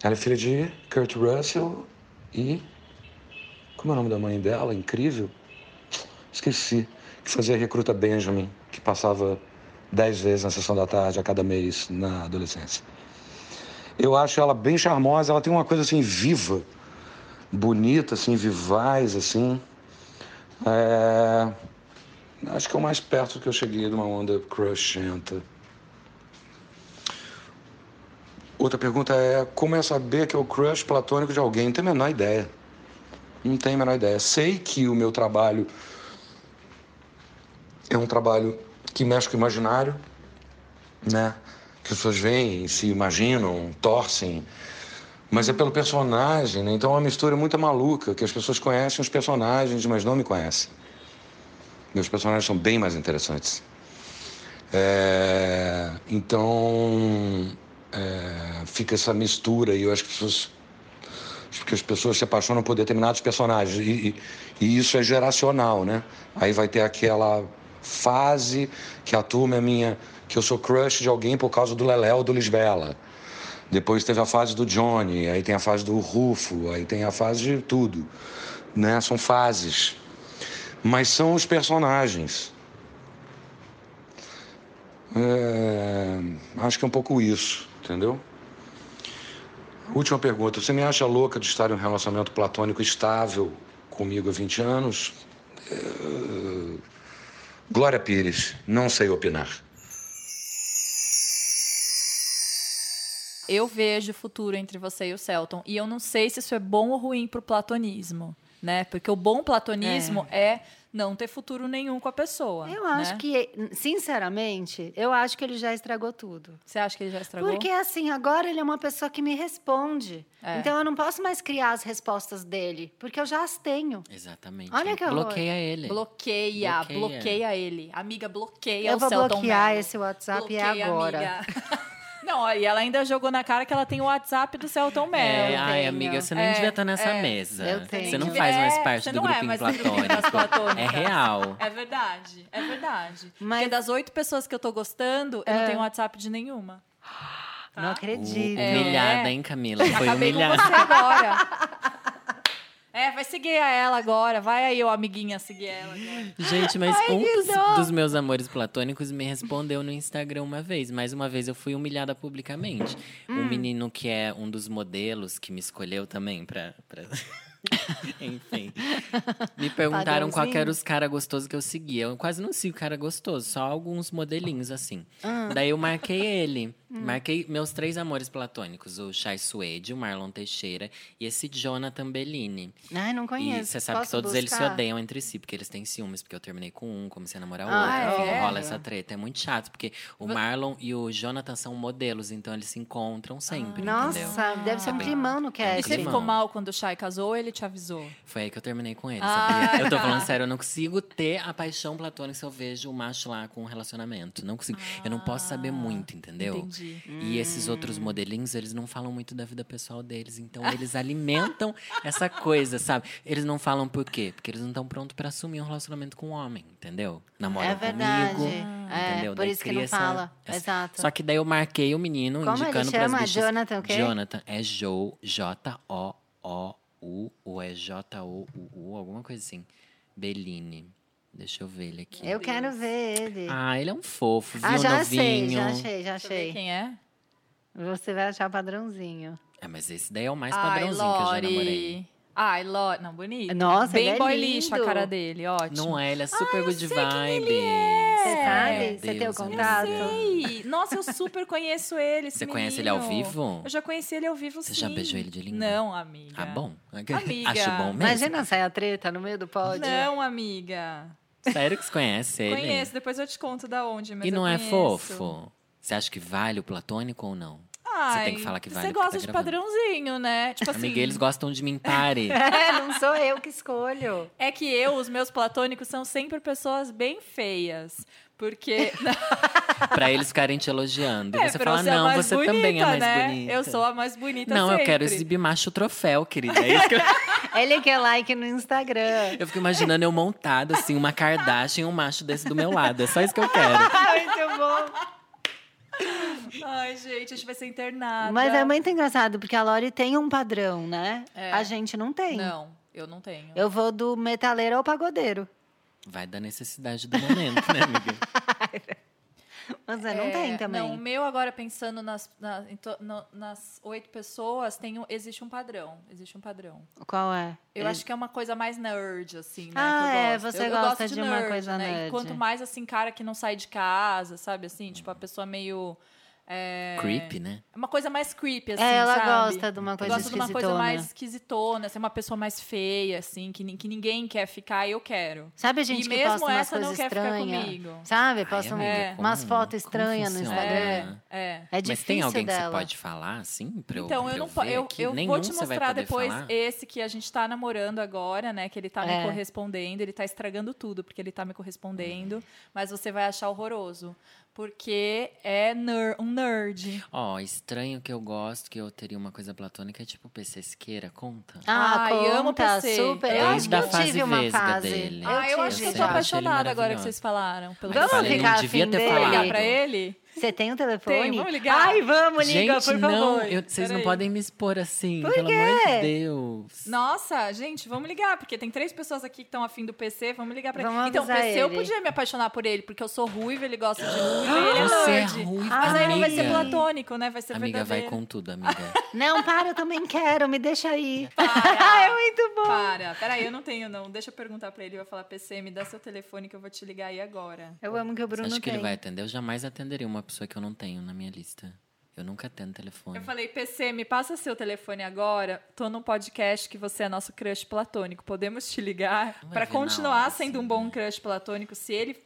Ela é filha de Kurt Russell e. Como é o nome da mãe dela? Incrível. Esqueci. Que fazia Recruta Benjamin, que passava dez vezes na sessão da tarde a cada mês na adolescência. Eu acho ela bem charmosa, ela tem uma coisa assim viva, bonita, assim, vivaz, assim. É, Acho que é o mais perto que eu cheguei de uma onda crushenta. Outra pergunta é: como é saber que é o crush platônico de alguém? Não tenho a menor ideia. Não tenho a menor ideia. Sei que o meu trabalho é um trabalho que mexe com o imaginário, né? Que as pessoas veem, se imaginam, torcem. Mas é pelo personagem, né? Então é uma mistura muito maluca, que as pessoas conhecem os personagens, mas não me conhecem. Meus personagens são bem mais interessantes. É, Então é, fica essa mistura e eu acho que as pessoas, acho que as pessoas se apaixonam por determinados personagens e, e- e isso é geracional, né? Aí vai ter aquela fase que a turma é minha, que eu sou crush de alguém por causa do Leléu do Lisbela. Depois teve a fase do Johnny, aí tem a fase do Rufo, aí tem a fase de tudo, né? São fases. Mas são os personagens. É, acho que é um pouco isso, entendeu? Última pergunta. Você me acha louca de estar em um relacionamento platônico estável comigo há 20 anos? É, Glória Pires, não sei opinar. Eu vejo futuro entre você e o Celton. E eu não sei se isso é bom ou ruim pro platonismo, né? Porque o bom platonismo é, não ter futuro nenhum com a pessoa. Eu acho né? que, sinceramente, eu acho que ele já estragou tudo. Você acha que ele já estragou? Porque assim, agora ele é uma pessoa que me responde. É. Então eu não posso mais criar as respostas dele, porque eu já as tenho. Exatamente. Olha que horror. Bloqueia ele. Bloqueia, bloqueia, Bloqueia. ele. Amiga, bloqueia eu o vou Celton bloquear Mello. esse WhatsApp é Bloqueia, agora. amiga. Não, ó, e ela ainda jogou na cara que ela tem o WhatsApp do Celton Mello. É, ai, tenho. amiga, você nem É, devia estar nessa é. mesa. Eu tenho. Você não faz mais É, parte você do não é grupinho mais do grupinho das platônico. É platônicas. real. É verdade, é verdade. Mas- É. Porque das oito pessoas que eu tô gostando, eu não tenho WhatsApp de nenhuma. Não Uh, acredito. humilhada, É. hein, Camila? Foi Acabei humilhada. com você agora. É, vai seguir a ela agora. Vai aí, ô amiguinha, seguir ela agora. Gente, mas um dos- dos meus amores platônicos me respondeu no Instagram uma vez. Mais uma vez eu fui humilhada publicamente. Um menino que é um dos modelos que me escolheu também pra. pra- Enfim. Me perguntaram qual que era os caras gostosos que eu seguia. Eu quase não sigo cara gostoso, só alguns modelinhos assim. Daí eu marquei ele. Marquei meus três amores platônicos: o Chai Suede, o Marlon Teixeira e esse Jonathan Bellini. Ai, não conheço. E você sabe que Posso todos eles se buscar? odeiam entre si, porque eles têm ciúmes, porque eu terminei com um, comecei a namorar Ah, outro. é? Rola essa treta. É muito chato, porque o Marlon e o Jonathan são modelos, então eles se encontram sempre, Nossa, entendeu? deve ser um bem- climão no É um E cast. você climão. ficou mal quando o Shai casou? Ele te avisou? Foi aí que eu terminei com ele, Ah, sabia? Eu tô tá. falando sério, eu não consigo ter a paixão platônica se eu vejo o macho lá com um relacionamento. Não consigo. eu não posso saber muito, entendeu? entendi. E esses Hum. outros modelinhos, eles não falam muito da vida pessoal deles. Ah. Então, eles alimentam essa coisa, sabe? Eles não falam por quê? Porque eles não estão prontos pra assumir um relacionamento com um homem, entendeu? Namoram É verdade. comigo, É, entendeu? por Daí isso que não cria essa- fala. essa- Exato. Só que daí eu marquei o menino Como ele indicando pras chama? bichas. Jonathan o quê? Jonathan é Jo, J-O-O-U, ou é J-O-U-U, alguma coisa assim. Bellini. Deixa eu ver ele aqui. Eu quero ver ele. Ah, Ah, ele é um fofo, viu? já novinho. achei, já achei, já Deixa eu ver achei. Quem é? Você vai achar padrãozinho. É, mas esse daí é o mais Ai, padrãozinho que eu já namorei. Lori. Ai, Lori. Não, bonito. Nossa, Bem ele é boy lindo. lixo a cara dele, ótimo. Não é, ele é Ah, super good vibe. é. Você sabe? Ai, Você tem o Deus, amiga. contato? Sei. Nossa, eu super conheço ele. esse Você conhece ele ao menino. vivo? Eu já conheci ele ao vivo, Você sim. já beijou ele de língua? Não, amiga. Ah, bom. Amiga. Acho bom mesmo. Imagina sair a treta no meio do pódio. Não, amiga. Sério que você conhece ele? Conheço, depois eu te conto da onde, mas E eu não é conheço. fofo? Você acha que vale o platônico ou não? Tipo Você tem que Ai, falar que Você vale, porque gosta tá de gravando. padrãozinho, né? Tipo assim, Amiga, eles gostam de mim, pare. É, não sou eu que escolho. é que eu, os meus platônicos, são sempre pessoas bem feias. Porque pra eles ficarem te elogiando. É, você pra fala, ser a não, mais você bonita, também é mais né? bonita. Eu sou a mais bonita Não, sempre. eu quero exibir macho troféu, querida. É isso que eu... Ele quer like no Instagram. eu fico imaginando eu montada, assim, uma Kardashian e um macho desse do meu lado. É só isso que eu quero. Ah, Muito bom. Ai, gente, a gente vai ser internada. Mas é muito engraçado, porque a Lori tem um padrão, né? É. A gente não tem. Não, eu não tenho. Eu vou do metaleiro ao pagodeiro. Vai da necessidade do momento, né, amiga? Mas você não É, tem também. Não, o meu agora pensando nas, na- em to- no- nas oito pessoas, tem um- existe um padrão. Existe um padrão. Qual é? Eu acho que é uma coisa mais nerd, assim, né? Ah, que eu é, gosto. você eu, eu gosta gosto de uma coisa né? nerd. E quanto mais, assim, cara que não sai de casa, sabe? Assim, tipo, a pessoa meio... É... Creepy, né? É uma coisa mais creepy, assim, é, ela sabe? gosta de uma Eu coisa gosto de uma coisa esquisitona. mais esquisitona, ser uma pessoa mais feia, assim, que, nin- que ninguém quer ficar, eu quero. Sabe a gente e que mesmo posta umas essa não coisas quer ficar estranhas? comigo. Sabe? Ai, Posta um- amiga, como- umas fotos como estranhas no funciona? Instagram. É. É Mas difícil tem alguém que dela. você pode falar, assim, pra eu Então, pra eu não ver po- eu, aqui? eu vou Nenhum te você vai mostrar poder depois falar? esse que a gente tá namorando agora, né? Que ele tá É. me correspondendo, ele tá estragando tudo, porque ele tá me correspondendo, mas você vai achar horroroso. Porque é ner- um nerd. Ó, estranho que eu gosto, que eu teria uma coisa platônica, é tipo PC Siqueira, conta. Ah, Ai, conta, amo PC. super. Eu eu acho acho que que da eu fase tive uma vesga fase. dele. Eu, ah, eu acho que eu tive. tô sempre achei ele apaixonada agora que maravilhoso. vocês falaram. Pelo Mas eu Vamos menos. falei, ficar não devia afim ter dele? Vamos ligar falado. pra ele? Você tem o telefone? Tem, vamos ligar? Ai, vamos, liga, Gente, por não, favor. eu- vocês não Peraí. podem me expor assim, Por pelo quê? amor de Deus. Nossa, gente, vamos ligar, porque tem três pessoas aqui que estão afim do PC, vamos ligar pra Vamos ele. Então, avisar PC eu ele. podia me apaixonar por ele, porque eu sou ruiva, ele gosta de ruiva e ele é Você é nerd. ruim, Mas aí não vai ser amiga. platônico, né? Vai ser Amiga, vai verdadeiro. com tudo, amiga. Não, para, eu também quero, me deixa aí. Para. é muito bom. Para, peraí, eu não tenho, não. Deixa eu perguntar pra ele. Eu vou falar, PC, me dá seu telefone que eu vou te ligar aí agora. Eu amo que o Você Bruno acha que tem. ele vai atender? Eu jamais atenderia uma pessoa que eu não tenho na minha lista. Eu nunca atendo telefone. Eu falei, PC, me passa seu telefone agora. Tô num podcast que você é nosso crush platônico. Podemos te ligar Não vai Pra ver na continuar hora, sendo assim, um bom né? crush platônico. Se ele,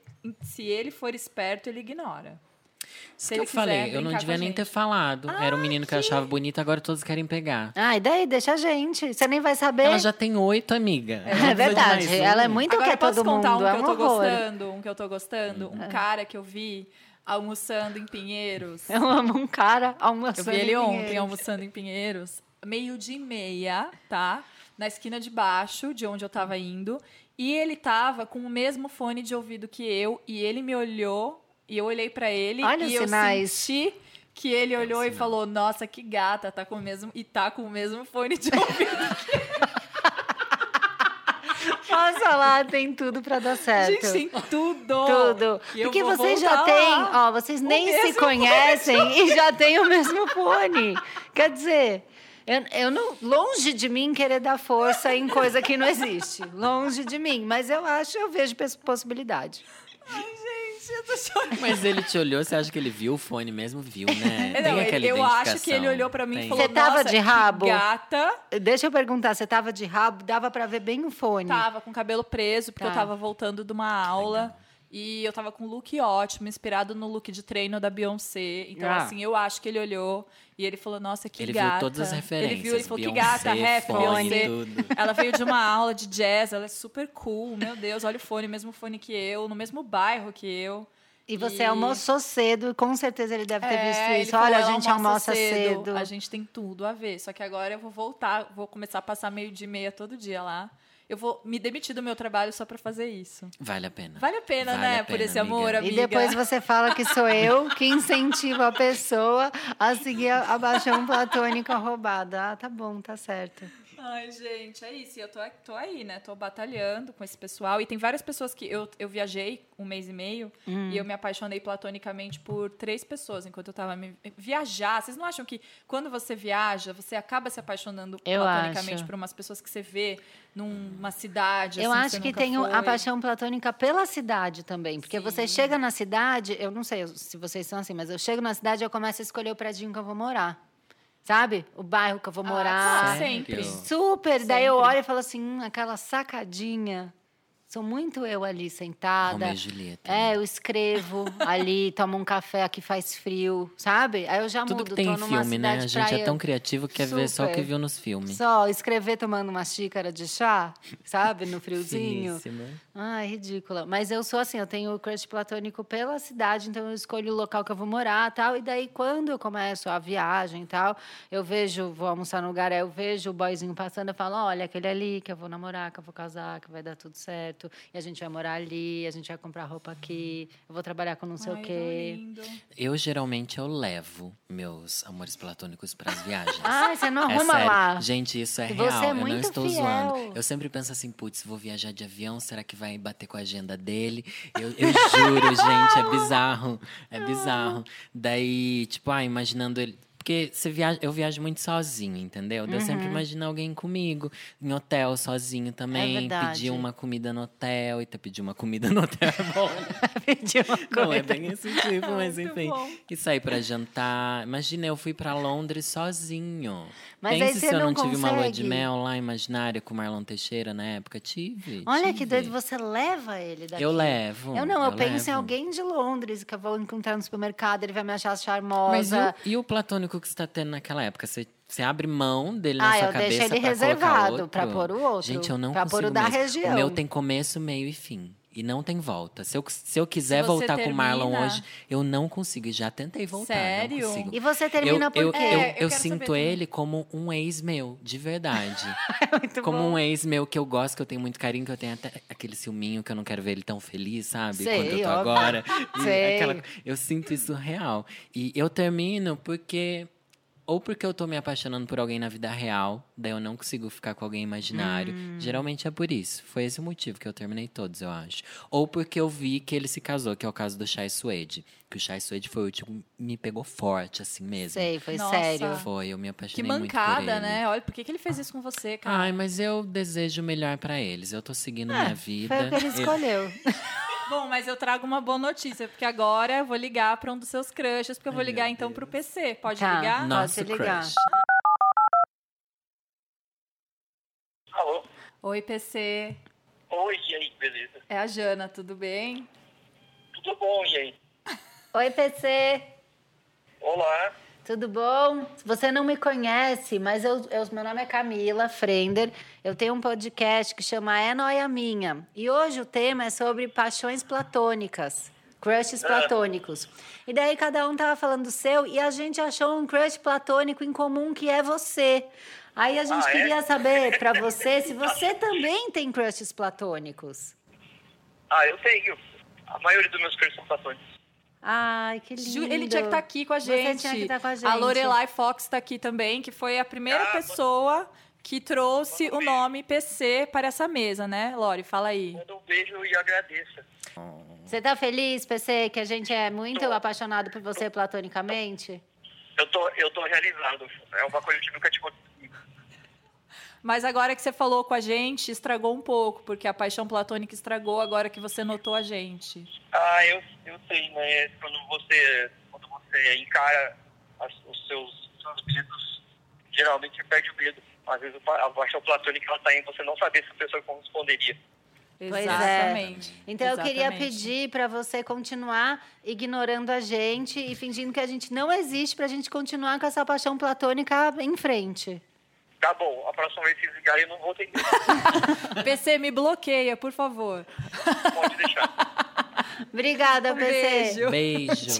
se ele for esperto, ele ignora. Isso se que eu ele quiser falei, eu brincar não com devia a nem gente. Ah, ter falado. Era um menino que eu achava bonito, agora todos querem pegar. Ah, e daí? Deixa a gente. Você nem vai saber. Ela já tem oito, amiga. Não precisa É de verdade, mais um. ela é muito Agora que é posso todo mundo, contar um é um que eu tô horror. gostando, um que eu tô gostando, Uhum. um cara que eu vi almoçando em Pinheiros. Eu amo um cara Eu almoçando vi ele em ontem Pinheiros. almoçando em Pinheiros, meio de meia, tá? Na esquina de baixo, de onde eu tava indo. E ele tava com o mesmo fone de ouvido que eu, e ele me olhou, e eu olhei pra ele, Olha os e eu sinais. senti que É ele olhou e falou: Nossa, que gata, tá com o mesmo. E tá com o mesmo fone de ouvido. Nossa, lá tem tudo pra dar certo. Gente, tem tudo! É, Tudo. E eu Porque vou vocês já voltar têm, lá. ó, vocês nem se mesmo conhecem e já têm o mesmo fone. Quer dizer, eu, eu não. Longe de mim querer dar força em coisa que não existe. Longe de mim. Mas eu acho, eu vejo pes- possibilidade. Gente, eu tô chorando. Mas ele te olhou, você acha que ele viu o fone mesmo? Viu, né? Não, Tem ele- aquela eu acho que ele identificação. olhou pra mim Tem. e falou: Você tava Nossa, de que rabo?" Gata. Deixa eu perguntar, você tava de rabo, dava pra ver bem o fone. Tá. Tava com o cabelo preso, porque Tá. eu tava voltando de uma aula. E eu tava com um look ótimo, inspirado no look de treino da Beyoncé. Então, Ah. assim, eu acho que ele olhou e ele falou, nossa, que Ele gata. viu todas as referências. Ele viu, ele falou, Beyoncé, que gata, rap, fone, Beyoncé. tudo. Ela veio de uma aula de jazz, ela é super cool, meu Deus, olha o fone, mesmo fone que eu, no mesmo bairro que eu. E você almoçou cedo, com certeza ele deve ter É, visto ele isso. falou, Olha, a ela gente almoça cedo. A gente tem tudo a ver. Só que agora eu vou voltar, vou começar a passar meio dia e meia todo dia lá. Eu vou me demitir do meu trabalho só pra fazer isso. Vale a pena. Vale a pena, Vale a né? pena, por esse amor, amiga. E amiga. depois você fala que sou eu que incentivo a pessoa a seguir a, a paixão platônica roubada. Ah, tá bom, tá certo. Ai, gente, é isso. E eu tô, tô aí, né? Tô batalhando com esse pessoal. E tem várias pessoas que eu, eu viajei um mês e meio Hum. e eu me apaixonei platonicamente por três pessoas enquanto eu tava me... eh, viajar. Vocês não acham que quando você viaja, você acaba se apaixonando Eu platonicamente acho. por umas pessoas que você vê numa cidade? eu assim, acho você que nunca tem um o- a foi? paixão platônica pela cidade também. Porque você Sim. chega na cidade, eu não sei se vocês são assim, mas eu chego na cidade e eu começo a escolher o prédio que eu vou morar. Sabe? O bairro que eu vou morar. Ah, Sério? sempre. Super! Daí eu Sempre. olho e falo assim, hum, aquela sacadinha. Sou muito eu ali sentada. Romeu e Julieta. É, eu escrevo ali, tomo um café aqui faz frio, sabe? Aí eu já Tudo mudo, que tem tô em numa filme, né? cidade A gente é praia- tão criativo que quer ver só o que Super. viu nos filmes. Só escrever tomando uma xícara de chá, sabe? No friozinho. Finíssimo. Ai, ridícula. Mas eu sou assim, eu tenho o crush platônico pela cidade, então eu escolho o local que eu vou morar tal. E daí, quando eu começo a viagem e tal, eu vejo, vou almoçar num lugar, aí eu vejo o boyzinho passando, eu falo, olha, aquele ali que eu vou namorar, que eu vou casar, que vai dar tudo certo. E a gente vai morar ali, a gente vai comprar roupa aqui, eu vou trabalhar com não sei Ai, o tão quê. lindo. Eu geralmente eu levo meus amores platônicos pras viagens. Ai, você não É arruma sério. lá. Gente, isso é E real. você é eu não muito estou fiel. zoando. Eu sempre penso assim, putz, vou viajar de avião, será que vai bater com a agenda dele? Eu, eu juro, gente, é bizarro. É bizarro. Daí, tipo, ah, imaginando ele. Porque você viaja, eu viajo muito sozinho, entendeu? Daí Eu sempre Uhum. imagino alguém comigo, em hotel, sozinho também. É verdade. pedir uma comida no hotel. Eita, pedir uma comida no hotel é bom. Pedi uma Não coisa. é bem esse tipo, mas Muito enfim. bom. E sair pra jantar. Imagina, eu fui pra Londres sozinho. Mas Pense aí se você eu não, não tive uma lua de consegue? mel lá imaginária com o Marlon Teixeira na época. Tive. Olha tive. que doido, você leva ele daqui. Eu levo. Eu não, eu, penso em levo. alguém de Londres que eu vou encontrar no supermercado, ele vai me achar Mas e o, charmosa. e o platônico que você tá tendo naquela época? Você, você abre mão dele na Ah, sua eu cabeça deixo ele pra colocar reservado, outro? pra pôr o outro, Gente, eu não pra pôr o consigo da mesmo. região. O meu tem começo, meio e fim. E não tem volta. Se eu, se eu quiser você voltar com o Marlon termina- hoje, eu não consigo. E já tentei voltar, Sério? não consigo. E, você termina eu, por eu, quê? eu- É, eu eu quero saber sinto também. ele como um ex meu, de verdade. É Muito como bom. um ex meu que eu gosto, que eu tenho muito carinho, que eu tenho até aquele ciúminho que eu não quero ver ele tão feliz, sabe? Sei, Quando eu tô óbvio. agora. E Sei. aquela- eu sinto isso real. E eu termino porque. Ou porque eu tô me apaixonando por alguém na vida real, daí eu não consigo ficar com alguém imaginário. Hum. Geralmente é por isso. Foi esse o motivo que eu terminei todos, eu acho. Ou porque eu vi que ele se casou, que é o caso do Chai Suede. Que o Chai Suede foi o último que me pegou forte, assim mesmo. Sei, foi Nossa. sério. Foi, eu me Que apaixonei muito por ele. mancada, né? Olha, por que, que ele fez isso com você, cara? É, Ai, mas eu desejo o melhor pra eles. Eu tô seguindo minha vida. Foi o que ele escolheu. Bom, mas eu trago uma boa notícia, porque agora eu vou ligar pra um dos seus crushes, porque eu vou ligar então pro PC. Pode Tá. ligar? Não. Nosso Pode ligar. crush. Alô? Oi, PC. Oi, e aí, beleza? É a Jana, tudo bem? Tudo bom, e aí? Oi, PC. Olá. Tudo bom? Se Você não me conhece, mas eu, eu- meu nome é Camila Frender. Eu tenho um podcast que chama É Noia Minha. E hoje o tema é sobre paixões platônicas, crushes platônicos. E daí cada um tava falando do seu e a gente achou um crush platônico em comum que é você. Aí a gente Ah, é? queria saber pra você se você também tem crushes platônicos. Ah, eu tenho. A maioria dos meus crushes são platônicos. Ai, que lindo. Ju- Ele tinha que tá estar aqui com a gente. Você tinha que estar com a gente. Lorelai Fox tá aqui também, que foi a primeira Ah, pessoa que trouxe o nome PC para essa mesa, né, Lore? Fala aí. Manda um beijo e agradeça. Você tá feliz, PC, que a gente é muito apaixonado por você platonicamente? Eu tô, eu tô realizado. É uma coisa que nunca te contei. Mas agora que você falou com a gente, estragou um pouco, porque a paixão platônica estragou agora que você notou a gente. Ah, eu, eu sei, né? Quando você, quando você encara as- os seus, seus medos, geralmente você perde o medo. Às vezes a paixão platônica ela tá em você não saber se a pessoa corresponderia. Pois é. Exatamente. Então eu queria Exatamente. pedir para você continuar ignorando a gente e fingindo que a gente não existe pra gente continuar com essa paixão platônica em frente. Tá bom, a próxima vez que vocês ligarem eu não vou atender. PC, me bloqueia, por favor. Pode deixar. Obrigada, Um PC. beijo. Beijo.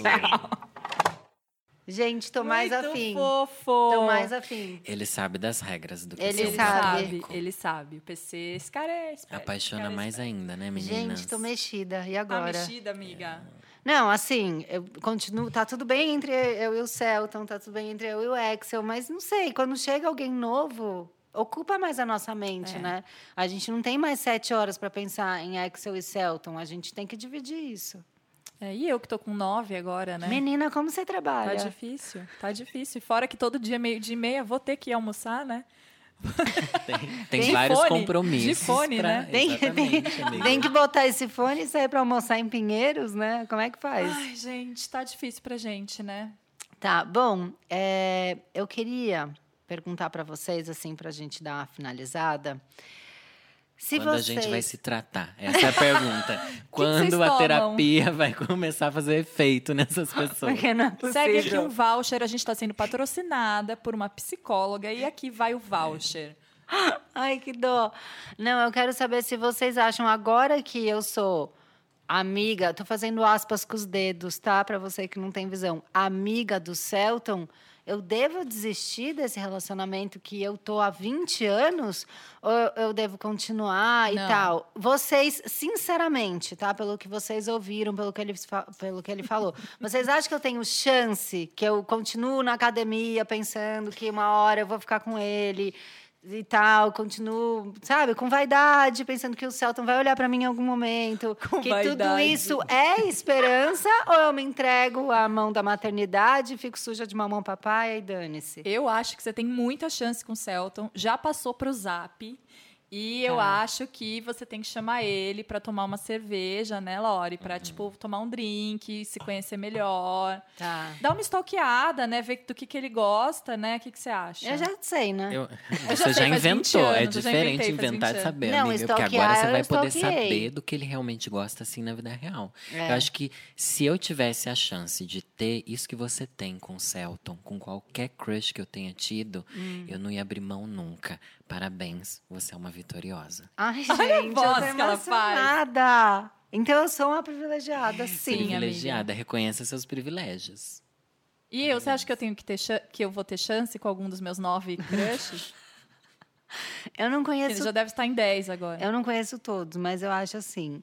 Gente, tô mais Muito afim. fofo. Tô mais afim. Ele sabe das regras do que Ele é um sabe. boteco. Ele sabe. O PC, esse cara é esperto, esse Apaixona cara é mais ainda, né, meninas? Gente, tô mexida. E Tá agora? mexida, amiga. Não, assim, eu continuo. Tá tudo bem entre eu e o Celton, tá tudo bem entre eu e o Excel, mas não sei, quando chega alguém novo, ocupa mais a nossa É. mente, né? A gente não tem mais sete horas para pensar em Excel e Celton, a gente tem que dividir isso. É, e eu que tô com nove agora, né? Menina, como você Tá trabalha? difícil, tá difícil. E Fora que todo dia, meio dia e meia, vou ter que ir almoçar, né? Tem, tem De vários fone, compromissos. de fone, pra- né? Tem, tem, Exatamente, amiga. tem que botar esse fone e sair para almoçar em Pinheiros, né? Como é que faz? Ai, gente, tá difícil pra gente, né? Tá, bom, é, eu queria perguntar para vocês, assim, pra gente dar uma finalizada. Se Quando vocês... a gente vai se tratar? Essa é a pergunta. vocês Quando tomam? a terapia vai começar a fazer efeito nessas pessoas? Porque não é possível. Segue aqui um voucher, a gente tá sendo patrocinada por uma psicóloga e aqui vai o voucher. um- Ai, que dó. Não, eu quero saber se vocês acham agora que eu sou amiga, tô fazendo aspas com os dedos, tá? Pra você que não tem visão. Amiga do Celton, eu devo desistir desse relacionamento que eu tô há 20 anos ou eu- eu devo continuar e Não. tal? Vocês, sinceramente, tá? Pelo que vocês ouviram, pelo que ele, fa- pelo que ele falou, vocês acham que eu tenho chance, que eu continuo na academia pensando que uma hora eu vou ficar com ele? e tal, continuo, sabe, com vaidade, pensando que o Celton vai olhar pra mim em algum momento. Com que tudo vaidade. isso é esperança ou eu me entrego à mão da maternidade, fico suja de mamão papai e dane-se. Eu acho que você tem muita chance com o Celton, já passou pro Zap. E eu acho que você tem que chamar ele pra tomar uma cerveja, né, Lori? Pra, tipo, tomar um drink, se conhecer melhor. Tá. Dá uma stalkeada, né? Ver do que, que ele gosta, né? O que, que você acha? Eu já sei, né? Eu- Eu já você já sei, faz 20 inventou. é anos, eu já inventei, diferente faz 20 inventar e anos. saber, Não, amiga. Porque stalkear, agora você eu vai poder stalkeei. saber do que ele realmente gosta, assim, na vida real. É. Eu acho que se eu tivesse a chance de ter isso que você tem com o Celton, com qualquer crush que eu tenha tido, Hum. eu não ia abrir mão nunca. Parabéns, você é uma vitoriosa. Ai, Olha a gente, voz eu tô que ela faz. emocionada. Então eu sou uma privilegiada, sim. amiga. Privilegiada, reconheça seus privilégios. E eu, você acha que eu tenho que ter chan- que eu vou ter chance com algum dos meus nove crushes? Eu não Ele conheço já tá. deve estar em dez agora. Eu não conheço todos, mas eu acho assim.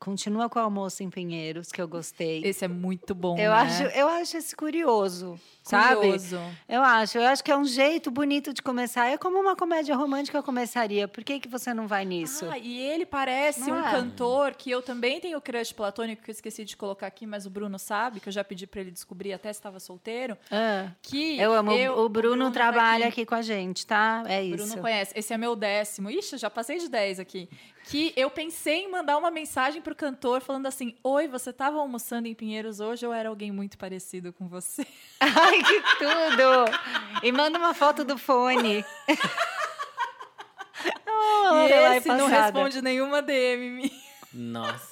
Continua com o almoço em Pinheiros, que eu gostei. Esse é muito bom, Eu né? acho, eu acho esse curioso, sabe? Curioso. Eu acho, eu acho que é um jeito bonito de começar. É como uma comédia romântica eu começaria. Por que que você não vai nisso? Ah, e ele parece Não um é? cantor que eu também tenho crush platônico, que eu esqueci de colocar aqui, mas o Bruno sabe, que eu já pedi pra ele descobrir até se estava solteiro. Ah, Que eu amo. o Bruno, tá trabalha aqui. aqui. com a gente, tá? É O isso. Bruno conhece. Esse é meu décimo. Ixi, eu já passei de 10 aqui. Que eu pensei em mandar uma mensagem pro cantor falando assim: Oi, você tava almoçando em Pinheiros hoje ou era alguém muito parecido com você? Ai, que tudo! E manda uma foto do fone. Oh, e Lorelai esse não passada. responde nenhuma DM. minha. Nossa.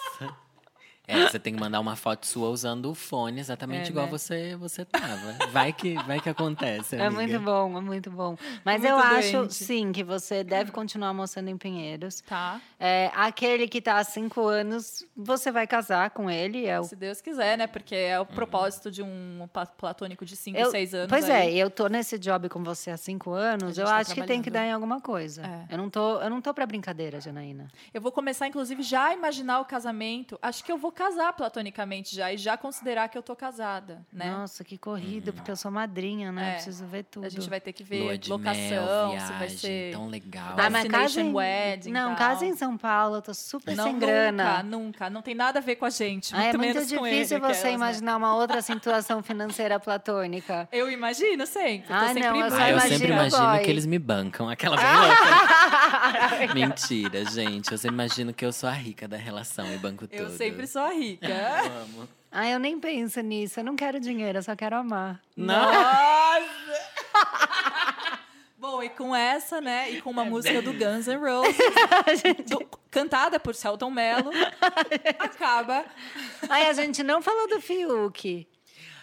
É, você tem que mandar uma foto sua usando o fone, exatamente É, igual né? você você tava. Vai que vai que acontece, É amiga. muito bom, é muito bom. Mas Muito eu acho, doente. sim, que você deve continuar mostrando em Pinheiros. Tá. É, aquele que tá há cinco anos, você vai casar com ele. É o... Se Deus quiser, né? Porque é o propósito de um pa- platônico de 5, Eu- 6 anos. Pois aí. é, eu tô nesse job com você há cinco anos, A gente eu tá acho que tem que dar trabalhando. em alguma coisa. É. Eu não tô, eu não tô pra brincadeira, Janaína. Eu vou começar, inclusive, já a imaginar o casamento. Acho que eu vou casar platonicamente já e já considerar que eu tô casada, né? Nossa, que Uhum. corrida, porque eu sou madrinha, né? É. Eu preciso ver tudo. A gente vai ter que ver Lua de locação, mel, se vai viagem, então ser. tão legal. Ah, mas casa Destination em... wedding, não, tal. casa em São Paulo, eu tô super Não, sem nunca, grana. nunca. Não tem nada a ver com a gente. Ah, é muito muito menos com ele, difícil aquelas, você né? imaginar uma outra situação financeira platônica. Eu imagino sempre. Ah, tô sempre não, eu só Ah, eu imaginando. sempre imagino imagino boy. que eles me bancam. Aquela Ah! louca. Mentira, gente. Eu sempre imagino que eu sou a rica da relação e banco tudo. Eu sempre sou a rica. amo. Ah, eu nem penso nisso. Eu não quero dinheiro, eu só quero amar. Não. Nossa! Bom, Bowie com essa, né? E com É uma música do Guns N' Roses, do- cantada por Celton Mello, acaba. Ai, a gente não falou do Fiuk.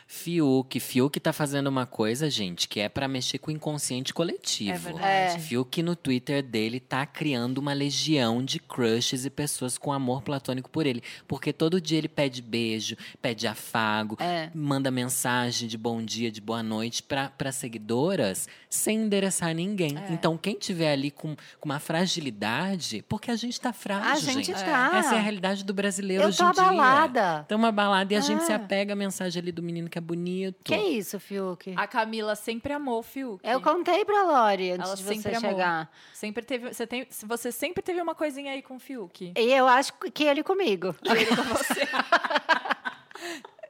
Fiuk, Fiuk tá fazendo uma coisa, gente, que é pra mexer com o inconsciente coletivo. É verdade. É. Fiuk no Twitter dele tá criando uma legião de crushes e pessoas com amor platônico por ele, porque todo dia ele pede beijo, pede afago, É. manda mensagem de bom dia, de boa noite pra pra seguidoras sem endereçar ninguém. É. Então quem tiver ali com, com uma fragilidade, porque a gente tá frágil, A gente tá. Essa é a realidade do brasileiro Eu hoje tô em dia. abalada. Então, uma balada e a gente se Ah. apega à mensagem ali do menino que é bonito. Que isso, Fiuk? A Camila sempre amou o Fiuk. É, Eu contei pra Lori antes Ela de você sempre é amou. chegar. Sempre teve, você, tem, você sempre teve uma coisinha aí com o Fiuk. E eu acho que ele comigo.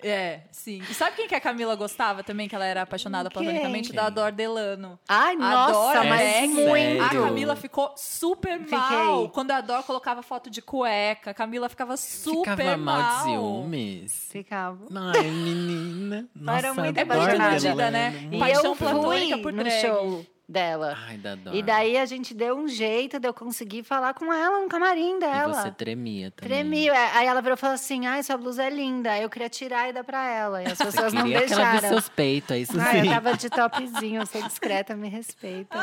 É, sim. E sabe quem que a Camila gostava também, que ela era apaixonada Quem? platonicamente? Da Dor Delano. Ai, nossa, Adoro, mas é muito. A Camila ficou super Fiquei. mal quando a Dor colocava foto de cueca. A Camila ficava super Ficava mal de mal. ciúmes. Ficava. Ai, menina. Nossa, era muito É adoro muito apaixonada. bandida, né? Delano. E Paixão eu fui platônica por no drag. show dela. Ai, da dor. E daí a gente deu um jeito de eu conseguir falar com ela no camarim E dela. você tremia também. Tremi. É, Aí ela virou e falou assim: ai, sua blusa é linda. Aí Eu queria tirar e dar pra ela. E as Você pessoas não queria que ela visse deixaram. seus peitos, é isso Ai, eu sim. tava de topzinho, eu sou discreta, me respeita.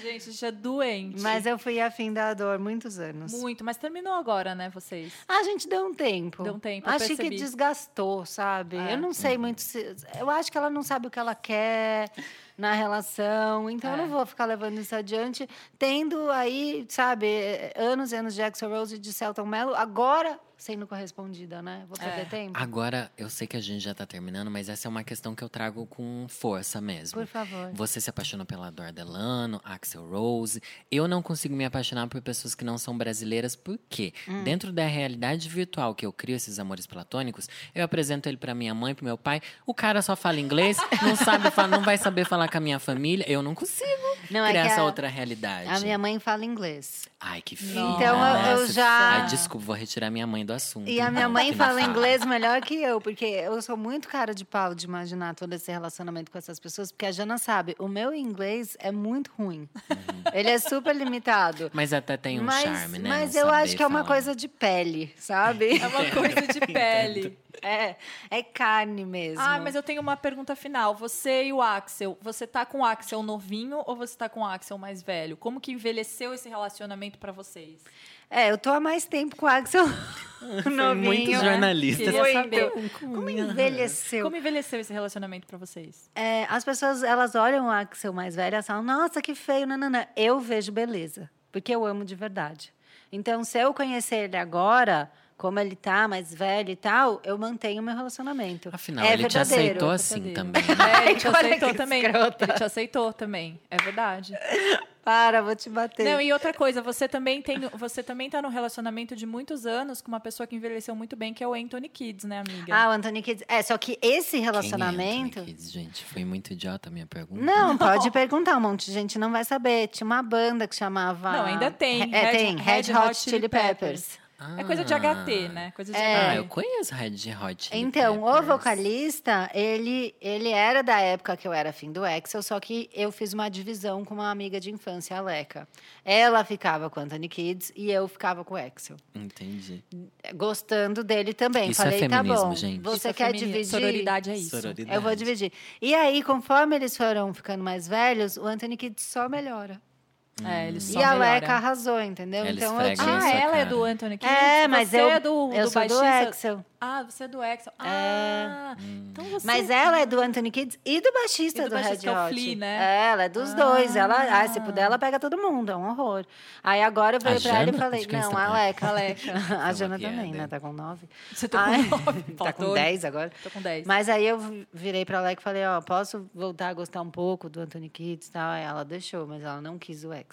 Gente, isso é doente. Mas é eu fui afim da dor muitos anos. Muito, mas terminou agora, né, vocês? A gente deu um tempo. Deu um tempo, eu Acho que percebi. desgastou, sabe? É. Eu não sei muito se. Eu acho que ela não sabe o que ela quer na relação. Então eu É. não vou ficar levando isso adiante. Tendo aí, sabe, anos e anos de Axel Rose e de Celton Mello, agora sendo correspondida, né? Vou perder É. Ah, tempo? Agora, eu sei que a gente já tá terminando, mas essa é uma questão que eu trago com força mesmo. Por favor. Você se apaixonou pela Dor Delano, Axel Rose. Eu não consigo me apaixonar por pessoas que não são brasileiras, porque Hum. dentro da realidade virtual que eu crio esses amores platônicos, eu apresento ele pra minha mãe, pro meu pai. O cara só fala inglês, não sabe, fa- não vai saber falar com a minha família. Eu não consigo Não, é criar que essa a- outra realidade. A minha mãe fala inglês. Ai, que fina. Então, eu- eu Nossa, já- ai, desculpa, vou retirar minha mãe do assunto. E a minha então, mãe que não fala inglês melhor que eu, porque eu sou muito cara de pau de imaginar todo esse relacionamento com essas pessoas, porque a Jana sabe, o meu inglês é muito ruim. Ele é super limitado. Mas até Uhum. tem um mas charme, né? mas Não eu saber acho que é uma falar. coisa de pele, sabe? É uma coisa de pele. É, é carne mesmo. Ah, mas eu tenho uma pergunta final. Você e o Axel, você tá com o Axel novinho ou você tá com o Axel mais velho? Como que envelheceu esse relacionamento pra vocês? É, eu tô há mais tempo com o Axel novinho. Muitos jornalistas. Né? Queria saber. Como envelheceu? Como envelheceu esse relacionamento pra vocês? É, as pessoas, elas olham o Axel mais velho e elas falam, nossa, que feio, nananã. Eu vejo beleza, porque eu amo de verdade. Então, se eu conhecer ele agora, como ele tá, mais velho e tal, eu mantenho meu relacionamento. Afinal, é ele te verdadeiro. aceitou assim verdadeiro. também. né? É, ele te Olha aceitou que também. escrota. Ele te aceitou também. É verdade. Para, vou te bater. Não, e outra coisa, você também tem, você também tá num relacionamento de muitos anos com uma pessoa que envelheceu muito bem, que é o Anthony Kids, né, amiga? Ah, o Anthony Kidd. É, só que esse Quem é relacionamento... Anthony Kids, gente, foi muito idiota a minha pergunta. Não, pode perguntar, um monte de gente não vai saber. Tinha uma banda que chamava... Não, ainda tem. É, Red- tem. Red, Hot, Chili Peppers. Ah. É coisa de HT, né? Coisa de É. Ah, HT. eu conheço Red Hot. Chili Então, o Peppers. vocalista, ele, ele era da época que eu era fim do Axel, só que eu fiz uma divisão com uma amiga de infância, a Leca. Ela ficava com Anthony Kids e eu ficava com o Axel. Entendi. Gostando dele também. Isso é Falei, tá feminismo, bom. gente. Você Isso é quer feminismo. dividir? Sororidade é isso. Sororidade. Eu vou dividir. E aí, conforme eles foram ficando mais velhos, o Anthony Kids só melhora. É, ele só Hum. e a melhora. Leca arrasou, entendeu? Ela então eu esfrega tinha- na Ah, sua ela é cara. do Anthony Kids? É, mas você eu, é do, eu do sou do baixista? Axel. Ah, você é do Axel. Ah, então você... Mas ela é do Anthony Kids e do baixista E do, do Red baixista, Hot. que é o Flea, né? É, Ela é dos Ah. dois. Ela, ai, se puder, ela pega todo mundo, é um horror. Aí agora eu falei A pra ela e Jana? falei, De quem não, você tá a falando? Leca, a Leca. uma A Jana piada, também, né? hein? Tá com nove. Você tá Ai, com 9, Tá com dez agora. Tô com 10. Mas aí eu virei pra Leca e falei, ó, posso voltar a gostar um pouco do Anthony Kids e tal? Aí ela deixou, mas ela não quis o Excel.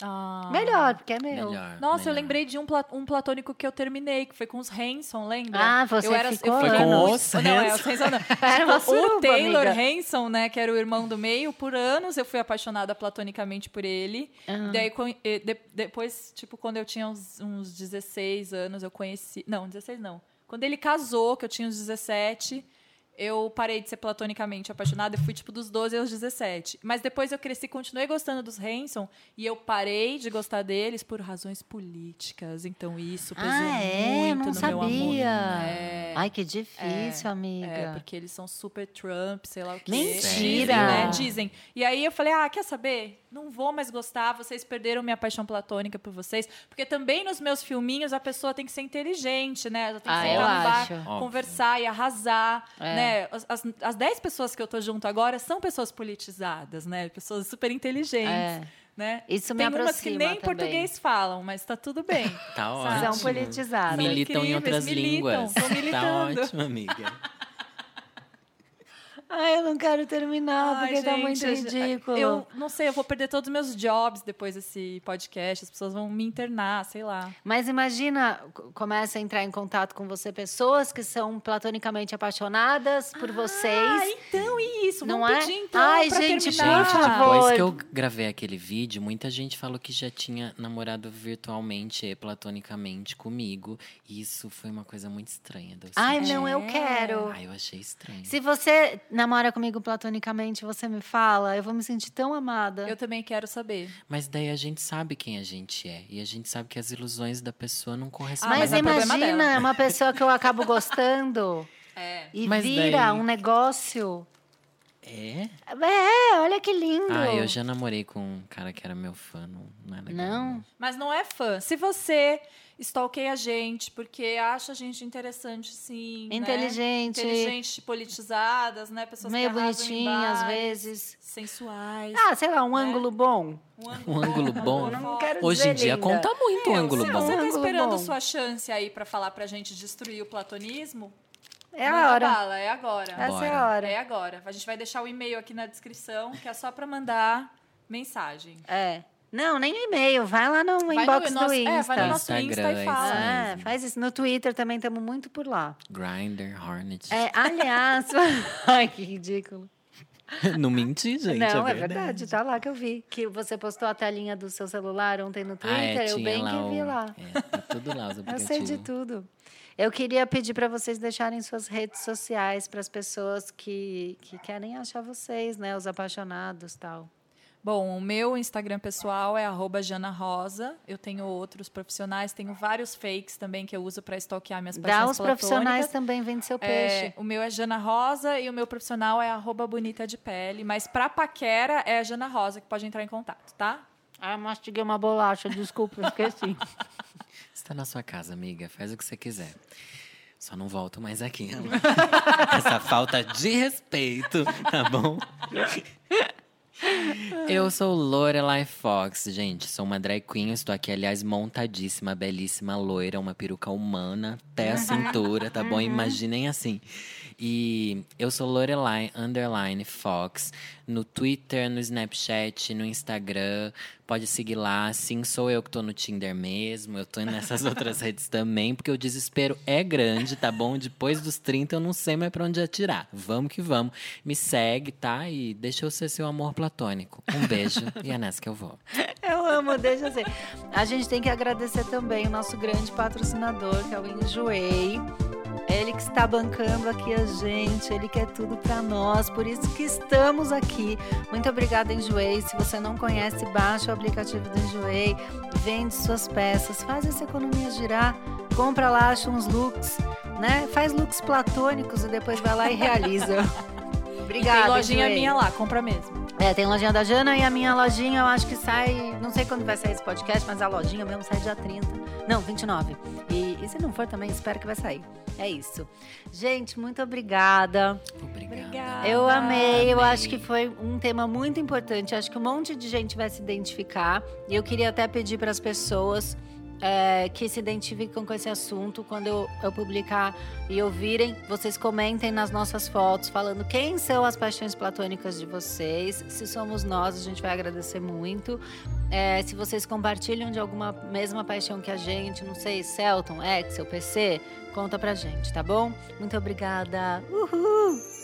Ah. Melhor, porque é meu. Melhor. Nossa, eu melhor. lembrei de um, pla- um platônico que eu terminei, que foi com os Hanson, lembra? Ah, você eu era, ficou eu fui Foi com anos- os Não, é, Hanson? os Hanson não. Era uma Tipo, suruba, o Taylor amiga. Hanson, né, que era o irmão do meio, por anos eu fui apaixonada platonicamente por ele. Ah. Daí, co- e de- depois, tipo, quando eu tinha uns, uns 16 anos, eu conheci... Não, 16 não. Quando ele casou, que eu tinha uns 17... eu parei de ser platonicamente apaixonada e fui, tipo, dos 12 aos 17. Mas depois eu cresci, continuei gostando dos Hanson e eu parei de gostar deles por razões políticas. Então isso pesou Ah, é? Não muito no meu amor. sabia. É. né? Ai, que difícil, amiga. É, porque eles são super Trump, sei lá o que. Mentira! Dizem, né? Dizem. E aí eu falei, ah, quer saber? Não vou mais gostar, vocês perderam minha paixão platônica por vocês. Porque também nos meus filminhos a pessoa tem que ser inteligente, né? Ela tem que Ah, eu sentar no bar, acho. Óbvio. conversar e arrasar, É. né? As- As as 10 pessoas que eu tô junto agora são pessoas politizadas, né? Pessoas super inteligentes, É. né? Isso me tem umas que aproxima nem também. português falam, mas tá tudo bem. Tá São ótimo. São politizadas. Mili- Militam em incríveis, outras militam, línguas. tão Tá militando. ótimo, amiga. Ai, eu não quero terminar, Ai, porque tá gente, muito eu já- ridículo. Eu não sei, eu vou perder todos os meus jobs depois desse podcast. As pessoas vão me internar, sei lá. Mas imagina, co- começa a entrar em contato com você pessoas que são platonicamente apaixonadas por Ah, vocês. então isso. Não Vamos é? pedir, então, Ai, pra gente, terminar. por favor. Depois que eu gravei aquele vídeo, muita gente falou que já tinha namorado virtualmente e platonicamente comigo. E isso foi uma coisa muito estranha. deu Ai, sentido. não, eu É. quero. Ai, eu achei estranho. Se você namora comigo platonicamente, você me fala, eu vou me sentir tão amada. Eu também quero saber. Mas daí a gente sabe quem a gente é. E a gente sabe que as ilusões da pessoa não correspondem. Mas mas é problema imagina dela. uma pessoa que eu acabo gostando É. e Mas vira daí- um negócio. É? É, olha que lindo. Ah, eu já namorei com um cara que era meu fã. Não, não é legal, Não? Mas não é fã. Se você stalkeia a gente, porque acha a gente interessante, sim. né? Inteligente, Inteligente, politizadas, né? Pessoas meio que arrasam em bonitinha às bares, vezes. Sensuais. Ah, sei lá, um Né? ângulo bom. Um ângulo bom. Eu não quero Hoje dizer em dia é linda. conta muito o ângulo Se sei, bom. você Um tá ângulo esperando bom. sua chance aí pra falar pra gente destruir o platonismo, É a manda hora. bala, é agora. Essa é Bora. a hora. É agora. A gente vai deixar o e-mail aqui na descrição, que é só pra mandar mensagem. É. Não, nem e-mail. Vai lá no Vai inbox no nosso- do é, vai Insta. no nosso Insta e é fala. isso É, mesmo. faz isso. No Twitter também estamos muito por lá. Grinder, Hornet. É, aliás. Ai, que ridículo. Não menti, gente. Não, é é verdade. Tá lá que eu vi. Que você postou a telinha do seu celular ontem no Ah, Twitter. é, eu tinha bem lá que vi o- lá. É, tá tudo lá, os Eu sei aplicativos. de tudo. Eu queria pedir para vocês deixarem suas redes sociais para as pessoas que, que querem achar vocês, né? Os apaixonados tal. Bom, o meu Instagram pessoal é arroba Jana Rosa. Eu tenho outros profissionais, tenho vários fakes também que eu uso pra stalkear minhas Dá paixões aos profissionais platônicas. também, vende seu É, peixe. o meu é Jana Rosa e o meu profissional é arroba bonita de pele. Mas pra paquera é Jana Rosa que pode entrar em contato, tá? Ah, eu mastiguei uma bolacha, desculpa, eu esqueci. Você tá na sua casa, amiga. Faz o que você quiser. Só não volto mais aqui. Essa falta de respeito, tá bom? Eu sou Lorelai Fox, gente. Sou uma drag queen. Estou aqui, aliás, montadíssima, belíssima, loira, uma peruca humana até a cintura, tá bom? Imaginem assim. E eu sou Lorelai underline Fox no Twitter, no Snapchat, no Instagram. Pode seguir lá. Sim, sou eu que tô no Tinder mesmo. Eu tô nessas outras redes também, porque o desespero é grande, tá bom? Depois dos 30 eu não sei mais pra onde atirar. Vamos que vamos. Me segue, tá? E deixa eu ser seu amor platônico. Um beijo e é nessa que eu vou. Eu amo, deixa assim. A gente tem que agradecer também o nosso grande patrocinador, que é o Enjoei. Ele que está bancando aqui a gente, ele quer tudo para nós, por isso que estamos aqui. Muito obrigada, Enjoei. Se você não conhece, baixa o aplicativo do Enjoei, vende suas peças, faz essa economia girar, compra lá, acha uns looks, né? Faz looks platônicos e depois vai lá e realiza. Obrigada. Tem lojinha Enjoei. minha lá, compra mesmo. É, tem lojinha da Jana e a minha lojinha eu acho que sai. Não sei quando vai sair esse podcast, mas a lojinha mesmo sai dia 30. Não, 29. E, e se não for também, espero que vai sair. É isso. Gente, muito obrigada. Obrigada. Obrigada. Eu amei, eu Amei. acho que foi um tema muito importante. Acho que um monte de gente vai se identificar. E eu queria até pedir para as pessoas é, que se identificam com esse assunto, quando eu, eu publicar e ouvirem, vocês comentem nas nossas fotos, falando quem são as paixões platônicas de vocês. Se somos nós, a gente vai agradecer muito. É, se vocês compartilham de alguma mesma paixão que a gente, não sei, Celton, Excel, PC, conta pra gente, tá bom? Muito obrigada. Uhul!